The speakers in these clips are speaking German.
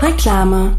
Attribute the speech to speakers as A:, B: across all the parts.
A: Reklame.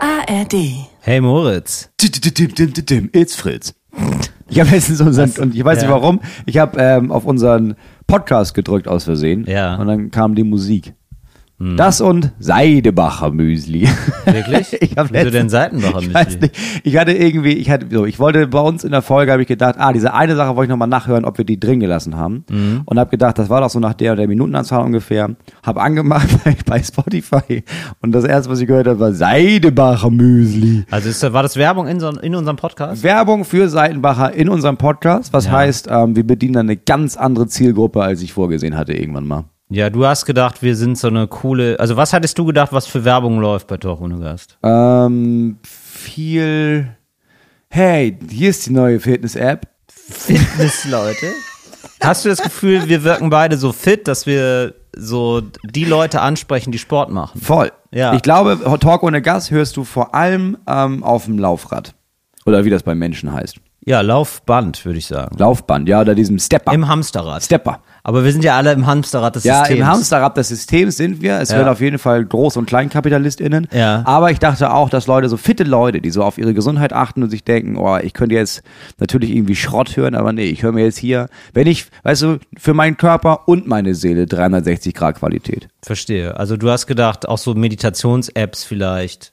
A: ARD.
B: Hey Moritz.
C: Dim, dim, dim, dim, dim, dim. It's Fritz. Ich habe letztens unseren, und ich weiß
B: Ja.
C: nicht warum, ich habe ähm, auf unseren Podcast gedrückt aus Versehen.
B: Ja.
C: Und dann kam die Musik. Das und Seidebacher Müsli.
B: Wirklich?
C: Ich hab
B: Wieso denn
C: letztens-
B: Seitenbacher
C: Ich weiß nicht. Ich hatte irgendwie, ich hatte, so, ich wollte bei uns in der Folge, habe ich gedacht, ah, diese eine Sache wollte ich nochmal nachhören, ob wir die drin gelassen haben. Und habe gedacht, das war doch so nach der und der Minutenanzahl ungefähr. Habe angemacht bei, bei Spotify. Und das erste, was ich gehört habe, war Seidebacher Müsli.
B: Also ist, war das Werbung in, so, in unserem Podcast?
C: Werbung für Seitenbacher in unserem Podcast. Was heißt, ähm, wir bedienen dann eine ganz andere Zielgruppe, als ich vorgesehen hatte irgendwann mal.
B: Ja, du hast gedacht, wir sind so eine coole. Also was hattest du gedacht, was für Werbung läuft bei Talk ohne Gast?
C: Ähm, viel. Hey, hier ist die neue Fitness-App.
B: Fitness, Leute. Hast du das Gefühl, wir wirken beide so fit, dass wir so die Leute ansprechen, die Sport machen?
C: Voll.
B: Ja.
C: Ich glaube, Talk ohne Gas hörst du vor allem ähm, auf dem Laufrad. Oder wie das bei Menschen heißt.
B: Ja, Laufband, würde ich sagen.
C: Laufband, ja, oder diesem Stepper.
B: Im Hamsterrad.
C: Stepper.
B: Aber wir sind ja alle im Hamsterrad des
C: Ja,
B: Systems.
C: im Hamsterrad des Systems sind wir. Es
B: Ja.
C: werden auf jeden Fall Groß- und KleinkapitalistInnen.
B: Ja.
C: Aber ich dachte auch, dass Leute, so fitte Leute, die so auf ihre Gesundheit achten und sich denken, oh, ich könnte jetzt natürlich irgendwie Schrott hören, aber nee, ich höre mir jetzt hier, wenn ich, weißt du, für meinen Körper und meine Seele 360 Grad Qualität.
B: Verstehe. Also du hast gedacht, auch so Meditations-Apps vielleicht.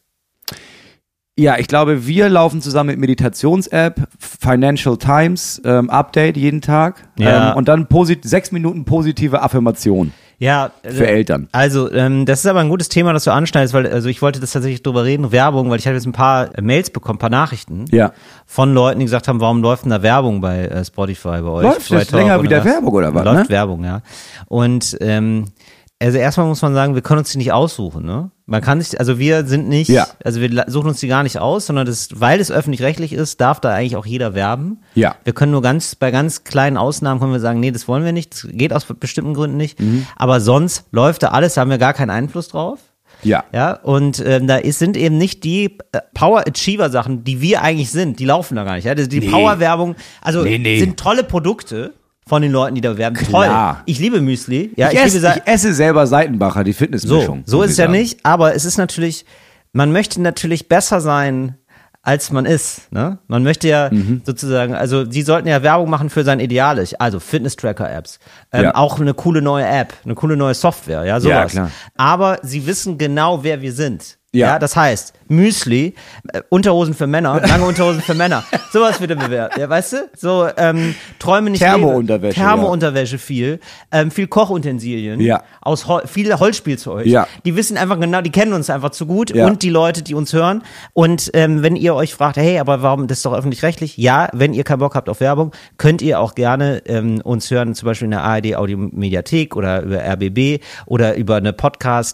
C: Ja, ich glaube, wir laufen zusammen mit Meditations-App, Financial Times, ähm, Update jeden Tag.
B: Ja.
C: Ähm, und dann posit sechs Minuten positive Affirmation
B: Ja,
C: für
B: äh,
C: Eltern.
B: Also, ähm, das ist aber ein gutes Thema, das du anschneidest, weil also ich wollte das tatsächlich drüber reden, Werbung, weil ich habe jetzt ein paar äh, Mails bekommen, ein paar Nachrichten
C: Ja.
B: von Leuten, die gesagt haben, warum läuft denn da Werbung bei äh, Spotify bei euch?
C: Läuft
B: bei
C: das
B: Talk
C: länger
B: ohne
C: wie der
B: Gast?
C: Werbung oder was,
B: Läuft
C: ne?
B: Werbung, ja. Und ähm, also erstmal muss man sagen, wir können uns die nicht aussuchen, ne? Man kann sich, also wir sind nicht,
C: Ja.
B: also wir la- suchen uns die gar nicht aus, sondern das, weil es öffentlich-rechtlich ist, darf da eigentlich auch jeder werben.
C: Ja.
B: Wir können nur ganz, bei ganz kleinen Ausnahmen können wir sagen, nee, das wollen wir nicht, das geht aus bestimmten Gründen nicht.
C: Mhm.
B: Aber sonst läuft da alles, da haben wir gar keinen Einfluss drauf.
C: Ja.
B: Ja, und ähm, da ist, sind eben nicht die äh, Power-Achiever-Sachen, die wir eigentlich sind, die laufen da gar nicht. Ja? Die, die Power-Werbung, also
C: Nee, nee.
B: sind tolle Produkte von den Leuten, die da werben. Toll.
C: Klar.
B: Ich liebe Müsli. Ja,
C: ich,
B: ich, liebe
C: esse,
B: Sa
C: ich esse selber Seitenbacher, die
B: so,
C: Fitnessmischung.
B: so
C: muss
B: ist
C: ich
B: es ja
C: sagen.
B: nicht, aber es ist natürlich, man möchte natürlich besser sein, als man ist. Ne? Man möchte ja
C: Mhm.
B: sozusagen, also die sollten ja Werbung machen für sein Ideal. Ich- Also Fitness-Tracker-Apps, ähm,
C: Ja.
B: auch eine coole neue App, eine coole neue Software, ja, sowas.
C: klar.
B: Aber sie wissen genau, wer wir sind. Ja.
C: Ja.
B: das heißt, Müsli, äh, Unterhosen für Männer, lange Unterhosen für Männer, sowas wird er bewerben, ja, weißt du? So, ähm, Träume nicht
C: Thermounterwäsche, ja.
B: Thermounterwäsche viel, ähm, viel Kochutensilien,
C: Ja.
B: aus Hol viel Holzspielzeug.
C: Ja.
B: Die wissen einfach genau, die kennen uns einfach zu gut
C: Ja.
B: und die Leute, die uns hören. Und ähm, wenn ihr euch fragt, hey, aber warum das ist doch öffentlich-rechtlich? Ja, wenn ihr keinen Bock habt auf Werbung, könnt ihr auch gerne ähm, uns hören, zum Beispiel in der ARD Audiomediathek oder über RBB oder über eine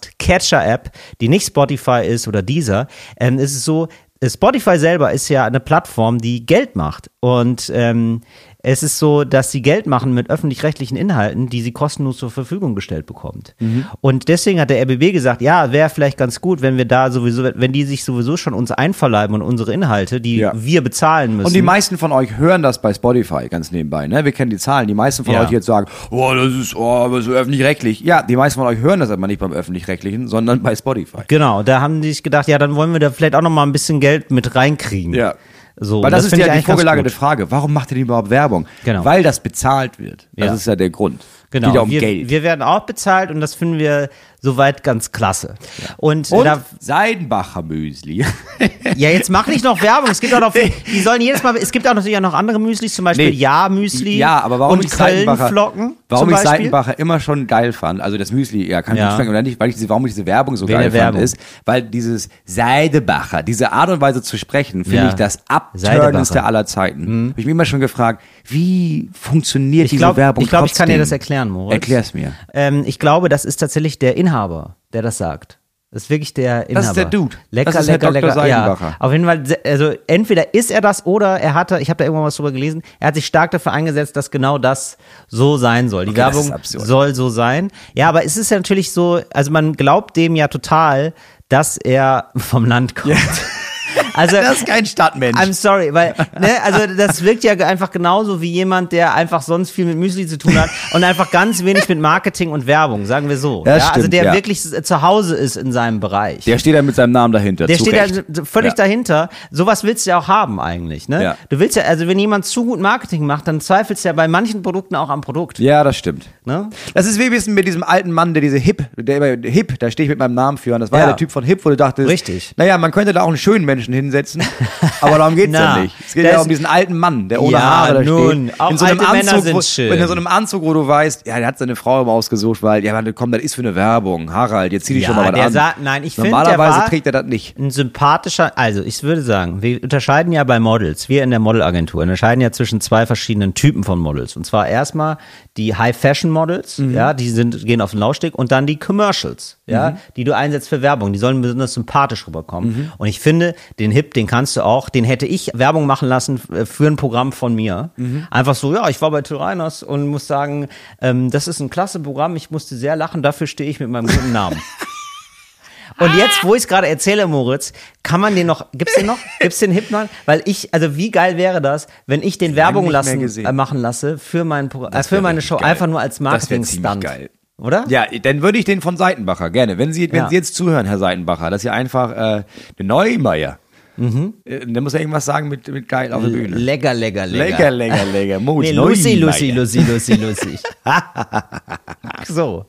B: Podcast-Catcher-App, die nicht Spotify ist oder dieser. Ähm, es ist so, äh, Spotify selber ist ja eine Plattform, die Geld macht. Und ähm, es ist so, dass sie Geld machen mit öffentlich-rechtlichen Inhalten, die sie kostenlos zur Verfügung gestellt bekommt.
C: Mhm.
B: Und deswegen hat der RBB gesagt, ja, wäre vielleicht ganz gut, wenn wir da sowieso, wenn die sich sowieso schon uns einverleiben und unsere Inhalte, die
C: Ja.
B: wir bezahlen müssen.
C: Und die meisten von euch hören das bei Spotify ganz nebenbei, ne? Wir kennen die Zahlen. Die meisten von
B: Ja.
C: euch die jetzt sagen, oh, das ist, oh, aber so öffentlich-rechtlich. Ja, die meisten von euch hören das aber nicht beim öffentlich-rechtlichen, sondern bei Spotify.
B: genau, da haben die sich gedacht, ja, dann wollen wir da vielleicht auch noch mal ein bisschen Geld mit reinkriegen.
C: Ja.
B: So,
C: Weil das, ist
B: finde ich
C: ja die
B: eigentlich ganz
C: vorgelagerte
B: gut.
C: Frage. Warum macht ihr denn überhaupt Werbung?
B: Genau.
C: Weil das bezahlt wird. Das
B: Ja.
C: ist ja der Grund.
B: Genau.
C: Geht ja um
B: wir,
C: Geld.
B: wir werden auch bezahlt und das finden wir soweit ganz klasse. Und,
C: Und
B: da,
C: Seidenbacher Müsli.
B: ja, jetzt mach nicht noch Werbung. Es gibt auch noch, die sollen jedes Mal, es gibt auch natürlich auch noch andere Müslis, zum Beispiel
C: Nee.
B: Ja-Müsli.
C: Ja, aber warum
B: und
C: ich Seidenbacher,
B: Kölnflocken.
C: warum
B: zum
C: ich
B: Beispiel.
C: Seidenbacher immer schon geil fand, also das Müsli, ja, kann ich
B: Ja.
C: nicht sagen oder nicht, weil ich diese, warum ich diese Werbung so
B: Wegen
C: geil
B: der
C: fand,
B: Werbung.
C: ist, weil dieses Seidebacher, diese Art und Weise zu sprechen, finde
B: Ja.
C: ich das
B: Seidebacher. Mhm.
C: abtörendste aller Zeiten. Hab ich mich immer schon gefragt, wie funktioniert
B: Ich
C: diese
B: glaube,
C: Werbung
B: ich, glaub, ich kann dir das
C: trotzdem?
B: erklären, Moritz.
C: Erklär's mir.
B: Ähm, ich glaube, das ist tatsächlich der Inhaber, der das sagt. Das ist wirklich der Inhaber.
C: Das ist der Dude.
B: Lecker,
C: Das ist Herr
B: lecker,
C: Dr.
B: lecker. Ja.
C: Seidenbacher.
B: Auf jeden Fall, se- also entweder ist er das oder er hatte, ich habe da irgendwann was drüber gelesen, er hat sich stark dafür eingesetzt, dass genau das so sein soll. Die
C: Okay, das
B: Werbung
C: ist absurd.
B: soll so sein. Ja, aber es ist ja natürlich so, also man glaubt dem ja total, dass er vom Land kommt. Also
C: Das ist kein Stadtmensch.
B: I'm sorry, weil, ne, also das wirkt ja einfach genauso wie jemand, der einfach sonst viel mit Müsli zu tun hat und einfach ganz wenig mit Marketing und Werbung, sagen wir so.
C: Ja,
B: also
C: stimmt,
B: der
C: ja.
B: wirklich zu Hause ist in seinem Bereich.
C: der steht da mit seinem Namen dahinter.
B: Der
C: zu
B: steht
C: Recht.
B: da völlig
C: Ja.
B: dahinter. Sowas willst du ja auch haben eigentlich, ne?
C: Ja.
B: Du willst ja, also wenn jemand zu gut Marketing macht, dann zweifelst du ja bei manchen Produkten auch am Produkt,
C: Ja, das stimmt.
B: ne?
C: Das ist wie ein bisschen mit diesem alten Mann, der diese Hip, der immer Hip, da stehe ich mit meinem Namen für. Und das war ja.
B: Ja.
C: der Typ von Hip, wo du dachtest,
B: Richtig.
C: naja, man könnte da auch einen schönen Menschen hinsetzen, aber darum geht's
B: Na,
C: ja nicht. Es geht
B: das-
C: ja um diesen alten Mann, der ohne
B: Ja,
C: Haare da
B: nun,
C: steht.
B: auch
C: In so, einem
B: alte Männer
C: Anzug,
B: sind
C: wo,
B: schön.
C: in so einem Anzug, wo du weißt, ja, der hat seine Frau immer ausgesucht, weil, ja, Mann, komm, das ist für eine Werbung. Harald, jetzt zieh dich
B: Ja,
C: schon mal was
B: der
C: an.
B: sah- nein, ich find, der
C: Normalerweise
B: war-
C: trägt er das nicht.
B: ein sympathischer, also ich würde sagen, wir unterscheiden ja bei Models, wir in der Modelagentur unterscheiden ja zwischen zwei verschiedenen Typen von Models. Und zwar erstmal die High-Fashion-Models, ja, die sind, gehen auf den Laufsteg und dann die Commercials, ja, die du einsetzt für Werbung. Die sollen besonders sympathisch rüberkommen. Und ich finde, den Hip, den kannst du auch, den hätte ich Werbung machen lassen äh, für ein Programm von mir. Einfach so, ja, ich war bei Tyrannos und muss sagen, ähm, das ist ein klasse Programm, ich musste sehr lachen, dafür stehe ich mit meinem guten Namen.
C: Ah.
B: Und jetzt, wo ich es gerade erzähle, Moritz, kann man den noch, gibt's den noch? Gibt's den Hip noch? Weil ich, also wie geil wäre das, wenn ich den Werbung
C: nicht mehr
B: lassen,
C: gesehen.
B: äh, machen lasse für, mein, Pro- äh, für
C: wär
B: meine
C: richtig
B: Show,
C: geil.
B: einfach nur als
C: Das wär ziemlich
B: Marketing-Stunt.
C: geil.
B: Oder?
C: Ja, dann würde ich den von Seitenbacher gerne. Wenn Sie, wenn
B: Ja.
C: Sie jetzt zuhören, Herr Seitenbacher, dass Sie einfach äh, eine Neumeier. Mhm. Dann muss er irgendwas sagen mit, mit geil auf der Bühne.
B: Lecker, lecker, lecker.
C: lecker, lecker, lecker. Mut,
B: Nee, Lucy,
C: Neumeier.
B: Lucy, Lucy, Lucy, Lucy. so.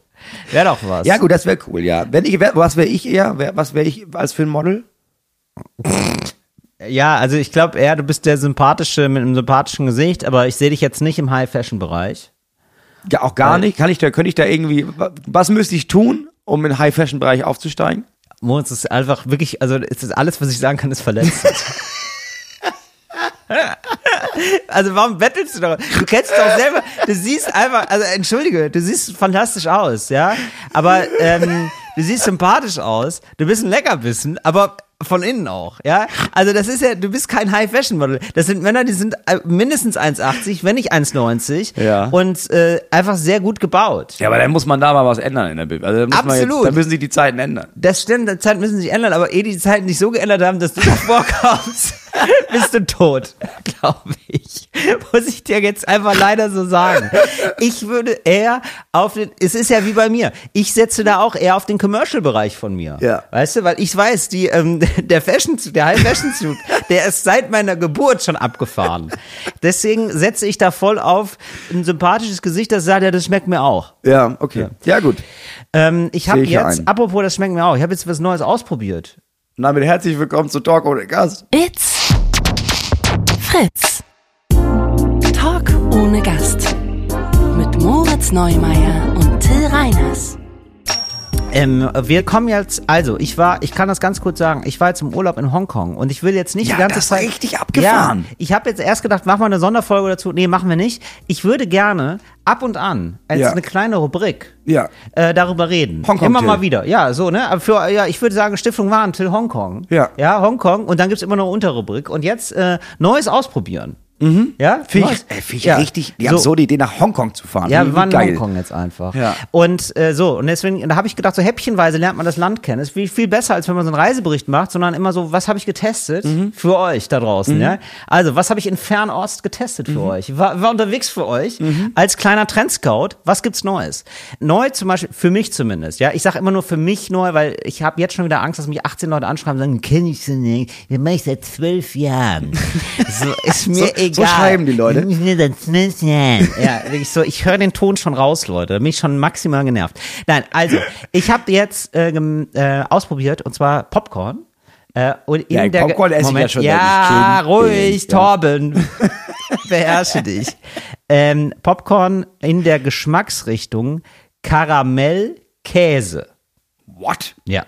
B: Wäre doch was.
C: Ja, gut, das wäre cool, ja. Wenn ich, wär- was wäre ich eher? Wär- Was wäre ich als für ein Model?
B: Ja, also ich glaube eher, du bist der sympathische mit einem sympathischen Gesicht, aber ich sehe dich jetzt nicht im High-Fashion-Bereich.
C: Ja, auch gar nicht. Kann ich da, könnte ich da irgendwie, wa- was müsste ich tun, um in den High-Fashion-Bereich aufzusteigen?
B: Moritz ist einfach wirklich, also es ist alles, was ich sagen kann, ist verletzend. also warum bettelst du doch? Du kennst dich doch selber, du siehst einfach, also entschuldige, du siehst fantastisch aus, ja, aber ähm, du siehst sympathisch aus, du bist ein Leckerbissen, aber von innen auch, ja. Also das ist ja, du bist kein High-Fashion-Model. Das sind Männer, die sind äh, mindestens 1,80, wenn nicht 1,90
C: Ja.
B: und äh, einfach sehr gut gebaut.
C: Ja, aber dann muss man da mal was ändern in der Bild. Also, dann muss man jetzt-
B: Absolut.
C: Dann müssen sich die Zeiten ändern.
B: Das stimmt, die Zeiten müssen sich ändern, aber eh die Zeiten sich so geändert haben, dass du da vorkommst, bist du tot, glaube ich. Muss ich dir jetzt einfach leider so sagen. Ich würde eher auf den, es ist ja wie bei mir, ich setze da auch eher auf den Commercial-Bereich von mir.
C: Ja.
B: Weißt du, weil ich weiß, die, ähm, der Fashion, der High Fashion Suit, der ist seit meiner Geburt schon abgefahren. Deswegen setze ich da voll auf ein sympathisches Gesicht, das sagt, ja, das schmeckt mir auch.
C: Ja, okay. Ja, gut.
B: Ähm, ich habe
C: Sehe ich ja
B: jetzt,
C: ein.
B: apropos, das schmeckt mir auch, ich habe jetzt was Neues ausprobiert.
C: Und damit herzlich willkommen zu Talk ohne Gast.
A: It's Fritz. Talk ohne Gast. Mit Moritz Neumeier und Till Reiners.
B: Ähm, wir kommen jetzt, also ich war, ich kann das ganz kurz sagen, ich war jetzt im Urlaub in Hongkong und ich will jetzt nicht
C: Ja,
B: die ganze
C: das war
B: Zeit.
C: richtig abgefahren.
B: Ja, ich habe jetzt erst gedacht, machen wir eine Sonderfolge dazu. Nee, machen wir nicht. Ich würde gerne ab und an als
C: Ja.
B: eine kleine Rubrik
C: Ja.
B: äh, darüber reden.
C: Hongkong,
B: immer mal
C: Till.
B: wieder. Ja, so, ne? Aber für, ja, ich würde sagen, Stiftung Waren Till Hongkong.
C: Ja.
B: Ja, Hongkong. Und dann gibt's immer noch eine Unterrubrik. Und jetzt äh, Neues ausprobieren. Mhm. Ja?
C: Finde
B: Neues.
C: ich, äh, find ich
B: Ja.
C: richtig die
B: So.
C: absurde Idee, nach Hongkong zu fahren.
B: Ja,
C: Wie-
B: wir
C: wie
B: waren in
C: geil.
B: Hongkong jetzt einfach.
C: Ja.
B: Und äh, so, und deswegen, da habe ich gedacht, so häppchenweise lernt man das Land kennen. Ist viel, viel besser, als wenn man so einen Reisebericht macht, sondern immer so, was habe ich getestet
C: Mhm.
B: für euch da draußen, ja? Also, was habe ich in Fernost getestet
C: Mhm.
B: für euch? War, war unterwegs für euch als kleiner Trendscout. Was gibt's Neues? Neu zum Beispiel, für mich zumindest, ja? Ich sage immer nur für mich neu, weil ich habe jetzt schon wieder Angst, dass mich 18 Leute anschreiben und sagen, kenn ich sie nicht, wir machen ich seit zwölf Jahren. so, ist mir
C: So,
B: egal.
C: So schreiben die Leute.
B: ja, ich, so, ich höre den Ton schon raus, Leute. Mich schon maximal genervt. Nein, also, ich habe jetzt äh, gem- äh, ausprobiert und zwar Popcorn. Äh, und in
C: Ja,
B: der
C: Popcorn esse ich ja
B: Moment,
C: schon
B: Ja,
C: seit ich Kind bin,
B: ruhig,
C: ja.
B: Torben. Beherrsche dich. Ähm, Popcorn in der Geschmacksrichtung Karamell-Käse.
C: What?
B: Ja.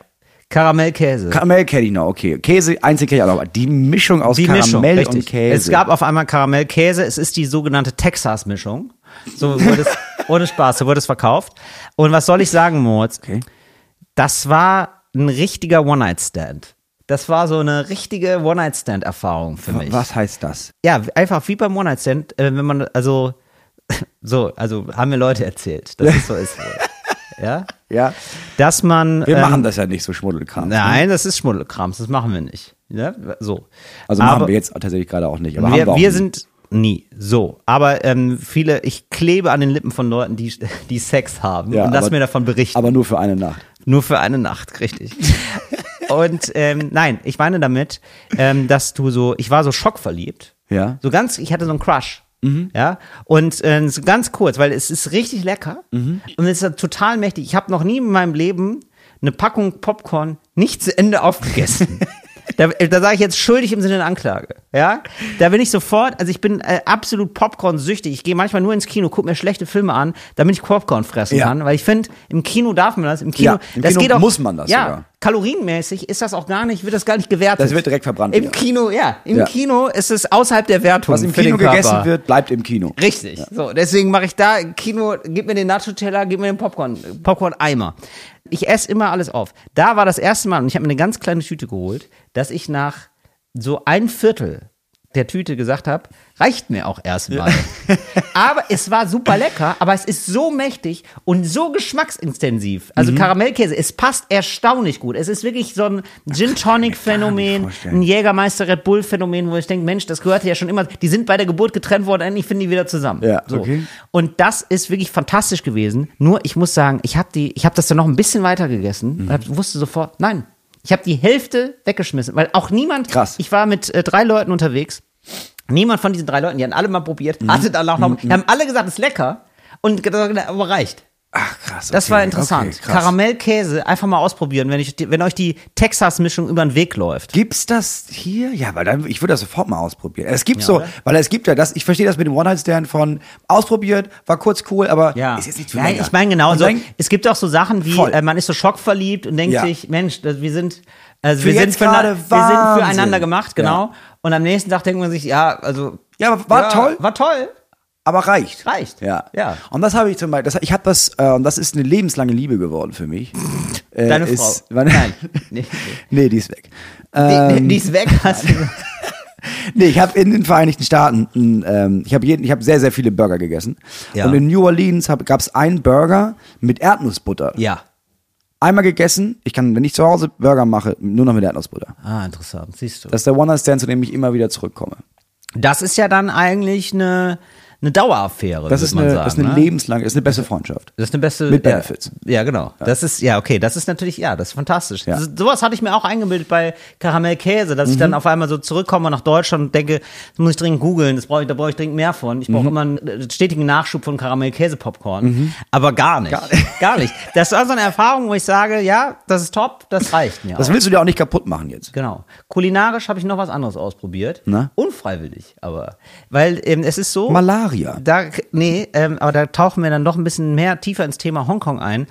B: Karamellkäse.
C: Karamell kenne ich noch, okay. Käse, einzig kenne ich auch noch. aber Die Mischung aus
B: Die
C: Karamell
B: Mischung,
C: und
B: richtig.
C: Käse.
B: Es gab auf einmal Karamellkäse. Es ist die sogenannte Texas-Mischung. So wurde es, ohne Spaß, so wurde es verkauft. Und was soll ich sagen, Moritz?
C: Okay.
B: Das war ein richtiger One-Night-Stand. Das war so eine richtige One-Night-Stand-Erfahrung für mich.
C: Was heißt das?
B: Ja, einfach wie beim One-Night-Stand, äh, wenn man, also, so, also haben mir Leute erzählt, dass es so ist. ja?
C: Ja.
B: Dass man.
C: Wir
B: ähm,
C: machen das ja nicht so ne? Schmuddelkram.
B: Nein, das ist Schmuddelkrams, das machen wir nicht. Ne? So.
C: Also machen
B: Aber-
C: wir jetzt tatsächlich gerade auch nicht. Aber
B: wir,
C: haben wir auch
B: wir
C: nie.
B: sind nie so. Aber ähm, viele, ich klebe an den Lippen von Leuten, die, die Sex haben
C: Ja,
B: und lass
C: aber-
B: mir davon berichten.
C: Aber nur für eine Nacht.
B: Nur für eine Nacht, richtig. und ähm, nein, ich meine damit, ähm, dass du so, ich war so schockverliebt.
C: Ja.
B: So ganz, ich hatte so einen Crush.
C: Mhm.
B: Ja, und äh, so ganz kurz, weil es ist richtig lecker
C: Mhm.
B: und es ist total mächtig. Ich habe noch nie in meinem Leben eine Packung Popcorn nicht zu Ende aufgegessen. da äh, da sage ich jetzt schuldig im Sinne der Anklage. Ja, da bin ich sofort, also ich bin äh, absolut Popcorn-süchtig. Ich gehe manchmal nur ins Kino, gucke mir schlechte Filme an, damit ich Popcorn fressen
C: Ja.
B: kann, weil ich finde, im Kino darf man das, im Kino,
C: Ja, im
B: das
C: Kino
B: geht auch,
C: muss man das
B: ja,
C: sogar.
B: kalorienmäßig ist das auch gar nicht, wird das gar nicht gewertet. Äh,
C: Das wird direkt verbrannt
B: Im
C: wieder.
B: Kino, ja, im
C: Ja.
B: Kino ist es außerhalb der Wertung
C: Was im
B: für
C: Kino
B: den Körper.
C: gegessen wird, bleibt im Kino.
B: Richtig. So, deswegen mache ich da Kino, gib mir den Nacho-Teller, gib mir den Popcorn, Popcorn-Eimer. Ich esse immer alles auf. Da war das erste Mal, und ich habe mir eine ganz kleine Tüte geholt, dass ich nach so ein Viertel der Tüte gesagt habe, reicht mir auch erstmal. aber es war super lecker, aber es ist so mächtig und so geschmacksintensiv. Also
C: Mhm.
B: Karamellkäse, es passt erstaunlich gut. Es ist wirklich so ein Gin-Tonic-Phänomen,
C: vorstellen.
B: ein Jägermeister Red Bull Phänomen, wo ich denke, Mensch, das gehörte ja schon immer. Die sind bei der Geburt getrennt worden, endlich finden die wieder zusammen.
C: Ja,
B: so.
C: okay.
B: Und das ist wirklich fantastisch gewesen. Nur ich muss sagen, ich habe die, ich habe das dann noch ein bisschen weiter gegessen.
C: Mhm.
B: und Hab, wusste sofort, nein, ich habe die Hälfte weggeschmissen, weil auch niemand.
C: Krass.
B: Ich war mit äh, drei Leuten unterwegs. Niemand von diesen drei Leuten, die haben alle mal probiert,
C: Mhm.
B: hatte dann auch noch, die haben alle gesagt, es ist lecker und gesagt, aber reicht.
C: Ach, krass.
B: Das
C: okay.
B: war interessant.
C: Okay, krass.
B: Karamellkäse, einfach mal ausprobieren, wenn, ich, wenn euch die Texas-Mischung über den Weg läuft.
C: Gibt's das hier? Ja, weil dann, ich würde das sofort mal ausprobieren. Es gibt
B: Ja,
C: so,
B: oder?
C: weil es gibt ja das, ich verstehe das mit dem One-Night-Stand von ausprobiert, war kurz cool, aber
B: Ja.
C: ist jetzt nicht zu
B: Nein,
C: länger.
B: ich meine genau
C: Und
B: so.
C: dann-
B: Es gibt auch so Sachen wie
C: Voll.
B: äh, man ist so schockverliebt und denkt
C: Ja.
B: sich, Mensch, das- wir sind also
C: Für
B: wir sind,
C: jetzt gerade
B: füreinander- wir sind
C: Wahnsinn.
B: füreinander gemacht, genau. Und am nächsten Tag denkt man sich, ja, also
C: Ja, aber war toll.
B: war toll.
C: aber reicht.
B: Reicht.
C: Ja.
B: Ja.
C: Und das habe ich zum Beispiel, das, ich habe das, äh, und das ist eine lebenslange Liebe geworden für mich. Äh,
B: Deine
C: ist,
B: Frau. Nein. Nee,
C: nee, die ist weg. Äh, Ähm.
B: nee. Die, die ist weg. Hast du.
C: Nee, ich habe in den Vereinigten Staaten, n, ähm, ich habe ich hab sehr, sehr viele Burger gegessen.
B: Ja.
C: Und in New Orleans gab es einen Burger mit Erdnussbutter.
B: Ja.
C: Einmal gegessen, ich kann, wenn ich zu Hause Burger mache, nur noch mit Erdnussbutter.
B: Ah, interessant. Siehst du.
C: Das ist der One-Night-Stand, zu dem ich immer wieder zurückkomme.
B: Das ist ja dann eigentlich eine eine Daueraffäre,
C: Das
B: würde
C: ist
B: man
C: eine,
B: sagen.
C: das ist eine
B: ne?
C: lebenslange, das ist eine beste Freundschaft.
B: Das ist eine beste. äh,
C: Mit Benefits.
B: Ja, ja genau. Das ist, ja, okay, das ist natürlich, ja, das ist fantastisch.
C: Ja. Mhm.
B: Das, ist- sowas hatte ich mir auch eingebildet bei Karamellkäse, dass ich dann auf einmal so zurückkomme nach Deutschland und denke, das muss ich dringend googeln, das brauche ich, da brauche ich dringend mehr von. Ich brauche
C: Mhm.
B: immer einen äh, stetigen Nachschub von Karamellkäse-Popcorn. Aber gar nicht. Gar nicht. Das war so eine Erfahrung, wo ich sage, ja, das ist top, das reicht mir.
C: Das
B: auch.
C: willst du dir auch nicht kaputt machen jetzt.
B: Genau. Kulinarisch habe ich noch was anderes ausprobiert.
C: Na?
B: Unfreiwillig, aber. Weil ähm, es ist so.
C: Malaria.
B: Da, nee, ähm, aber da tauchen wir dann doch ein bisschen mehr tiefer ins Thema Hongkong ein.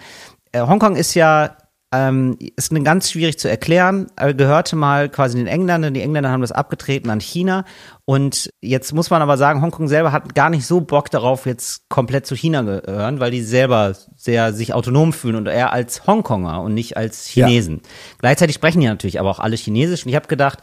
B: Äh, Hongkong ist ja ähm, ist eine ganz schwierig zu erklären, äh, gehörte mal quasi den Engländern, die Engländer haben das abgetreten an China und jetzt muss man aber sagen, Hongkong selber hat gar nicht so Bock darauf, jetzt komplett zu China gehören, weil die selber sehr sich autonom fühlen und eher als Hongkonger und nicht als
C: Ja.
B: Chinesen. Gleichzeitig sprechen die natürlich aber auch alle Chinesisch und ich habe gedacht,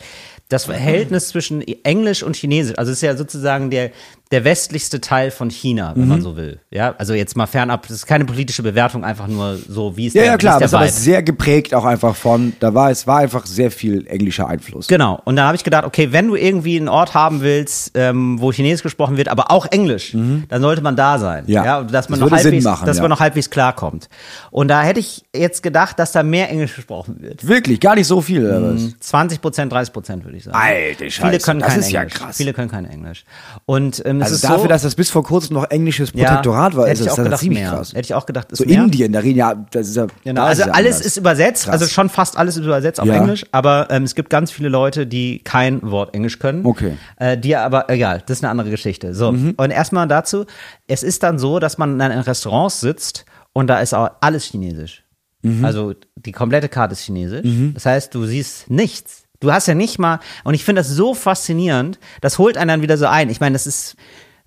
B: das Verhältnis zwischen Englisch und Chinesisch, also es ist ja sozusagen der, der westlichste Teil von China, wenn
C: Mhm.
B: man so will. Ja, also jetzt mal fernab, das ist keine politische Bewertung, einfach nur so, wie ist
C: Ja,
B: der
C: ja, klar,
B: wie
C: das
B: ist
C: ist
B: der
C: aber
B: Vibe?
C: sehr geprägt auch einfach von, da war es war einfach sehr viel englischer Einfluss.
B: Genau. Und da habe ich gedacht, okay, wenn du irgendwie einen Ort haben willst, ähm, wo Chinesisch gesprochen wird, aber auch Englisch, dann sollte man da sein.
C: Mhm. Ja.
B: und dass man
C: Das
B: noch
C: würde Sinn
B: halbwegs,
C: machen,
B: dass
C: ja.
B: man noch halbwegs klarkommt. Und da hätte ich jetzt gedacht, dass da mehr Englisch gesprochen wird.
C: Wirklich, gar nicht so viel. oder was?
B: 20 Prozent, 30 Prozent würde ich sagen.
C: Alte Scheiße,
B: Mhm. Viele können
C: das
B: kein
C: ist ja
B: Englisch.
C: krass.
B: Viele können kein Englisch. Und ähm, es
C: Also
B: ist
C: dafür,
B: so,
C: dass das bis vor kurzem noch englisches
B: ja,
C: Protektorat war,
B: hätte
C: ist
B: ich
C: es
B: auch
C: das
B: gedacht,
C: ziemlich
B: mehr.
C: krass.
B: Hätte ich auch gedacht, ist
C: So
B: mehr.
C: Indien, da reden ja, das ist ja,
B: Genau,
C: da
B: also
C: ist ja
B: alles
C: anders.
B: ist übersetzt,
C: Krass.
B: also schon fast alles ist übersetzt auf
C: Ja.
B: Englisch, aber ähm, es gibt ganz viele Leute, die kein Wort Englisch können.
C: Okay. Mhm.
B: Äh, die aber, egal, das ist eine andere Geschichte. So, und erstmal dazu, es ist dann so, dass man in einem Restaurant sitzt und da ist auch alles chinesisch.
C: Mhm.
B: Also die komplette Karte ist chinesisch. Das heißt, du siehst nichts. Du hast ja nicht mal, und ich finde das so faszinierend, das holt einen dann wieder so ein. Ich meine, das ist,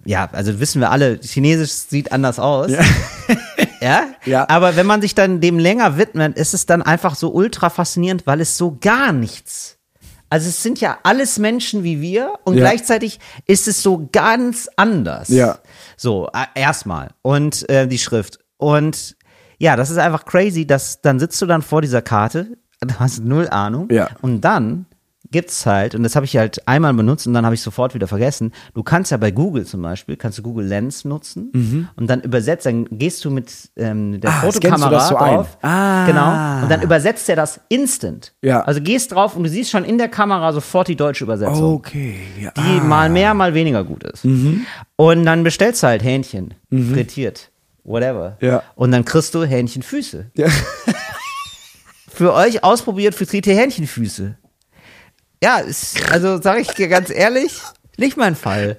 B: ja, also wissen wir alle, Chinesisch sieht anders aus. Ja?
C: Ja.
B: Aber wenn man sich dann dem länger widmet, ist es dann einfach so ultra faszinierend, weil es so gar nichts. Also es sind ja alles Menschen wie wir und
C: Ja.
B: gleichzeitig ist es so ganz anders.
C: Ja.
B: So, a- erstmal. Und äh, die Schrift. Und ja, das ist einfach crazy, dass dann sitzt du dann vor dieser Karte, du hast null Ahnung.
C: Ja.
B: Und dann gibt's halt, und das habe ich halt einmal benutzt und dann habe ich sofort wieder vergessen, du kannst ja bei Google zum Beispiel, kannst du Google Lens nutzen und dann übersetzt, dann gehst du mit ähm, der
C: Mhm. Ah, scannst
B: Fotokamera
C: du das so ein?
B: drauf.
C: Ah.
B: Genau. Und dann übersetzt er das instant.
C: Ja.
B: Also gehst drauf und du siehst schon in der Kamera sofort die deutsche Übersetzung
C: Okay, ja.
B: die mal mehr, mal weniger gut ist.
C: Mhm.
B: Und dann bestellst du halt Hähnchen, frittiert, whatever.
C: Ja.
B: Und dann kriegst du Hähnchenfüße.
C: Ja.
B: Für euch ausprobiert frittierte Hähnchenfüße. Ja, ist, also sage ich dir ganz ehrlich, nicht mein Fall.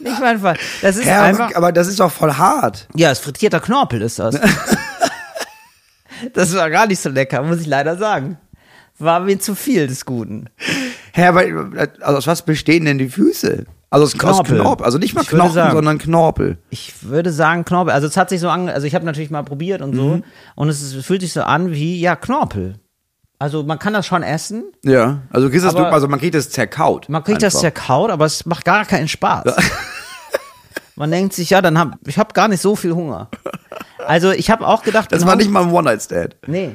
B: Nicht mein Fall. Das ist
C: Ja,
B: einfach.
C: aber, aber das ist doch voll hart.
B: Ja, ist frittierter Knorpel ist das. das war gar nicht so lecker, muss ich leider sagen. War mir zu viel des Guten.
C: Hä, aber also aus was bestehen denn die Füße? Also aus Knorpel.
B: Knorpel.
C: Aus Knorpel. Also nicht mal
B: Ich würde
C: Knochen,
B: sagen-
C: sondern Knorpel.
B: Ich würde sagen Knorpel. Also es hat sich so an, also ich habe natürlich mal probiert und so
C: Mhm.
B: und es, ist, es fühlt sich so an wie ja Knorpel. Also man kann das schon essen,
C: Ja. Also, du kriegst das,
B: Aber-
C: also man kriegt das zerkaut.
B: man kriegt das
C: Einfach.
B: zerkaut, aber es macht gar keinen Spaß. Man denkt sich ja, dann hab ich habe gar nicht so viel Hunger. Also ich habe auch gedacht,
C: Das
B: in
C: war
B: Hong-
C: nicht mal ein One-Night-Stand.
B: nee.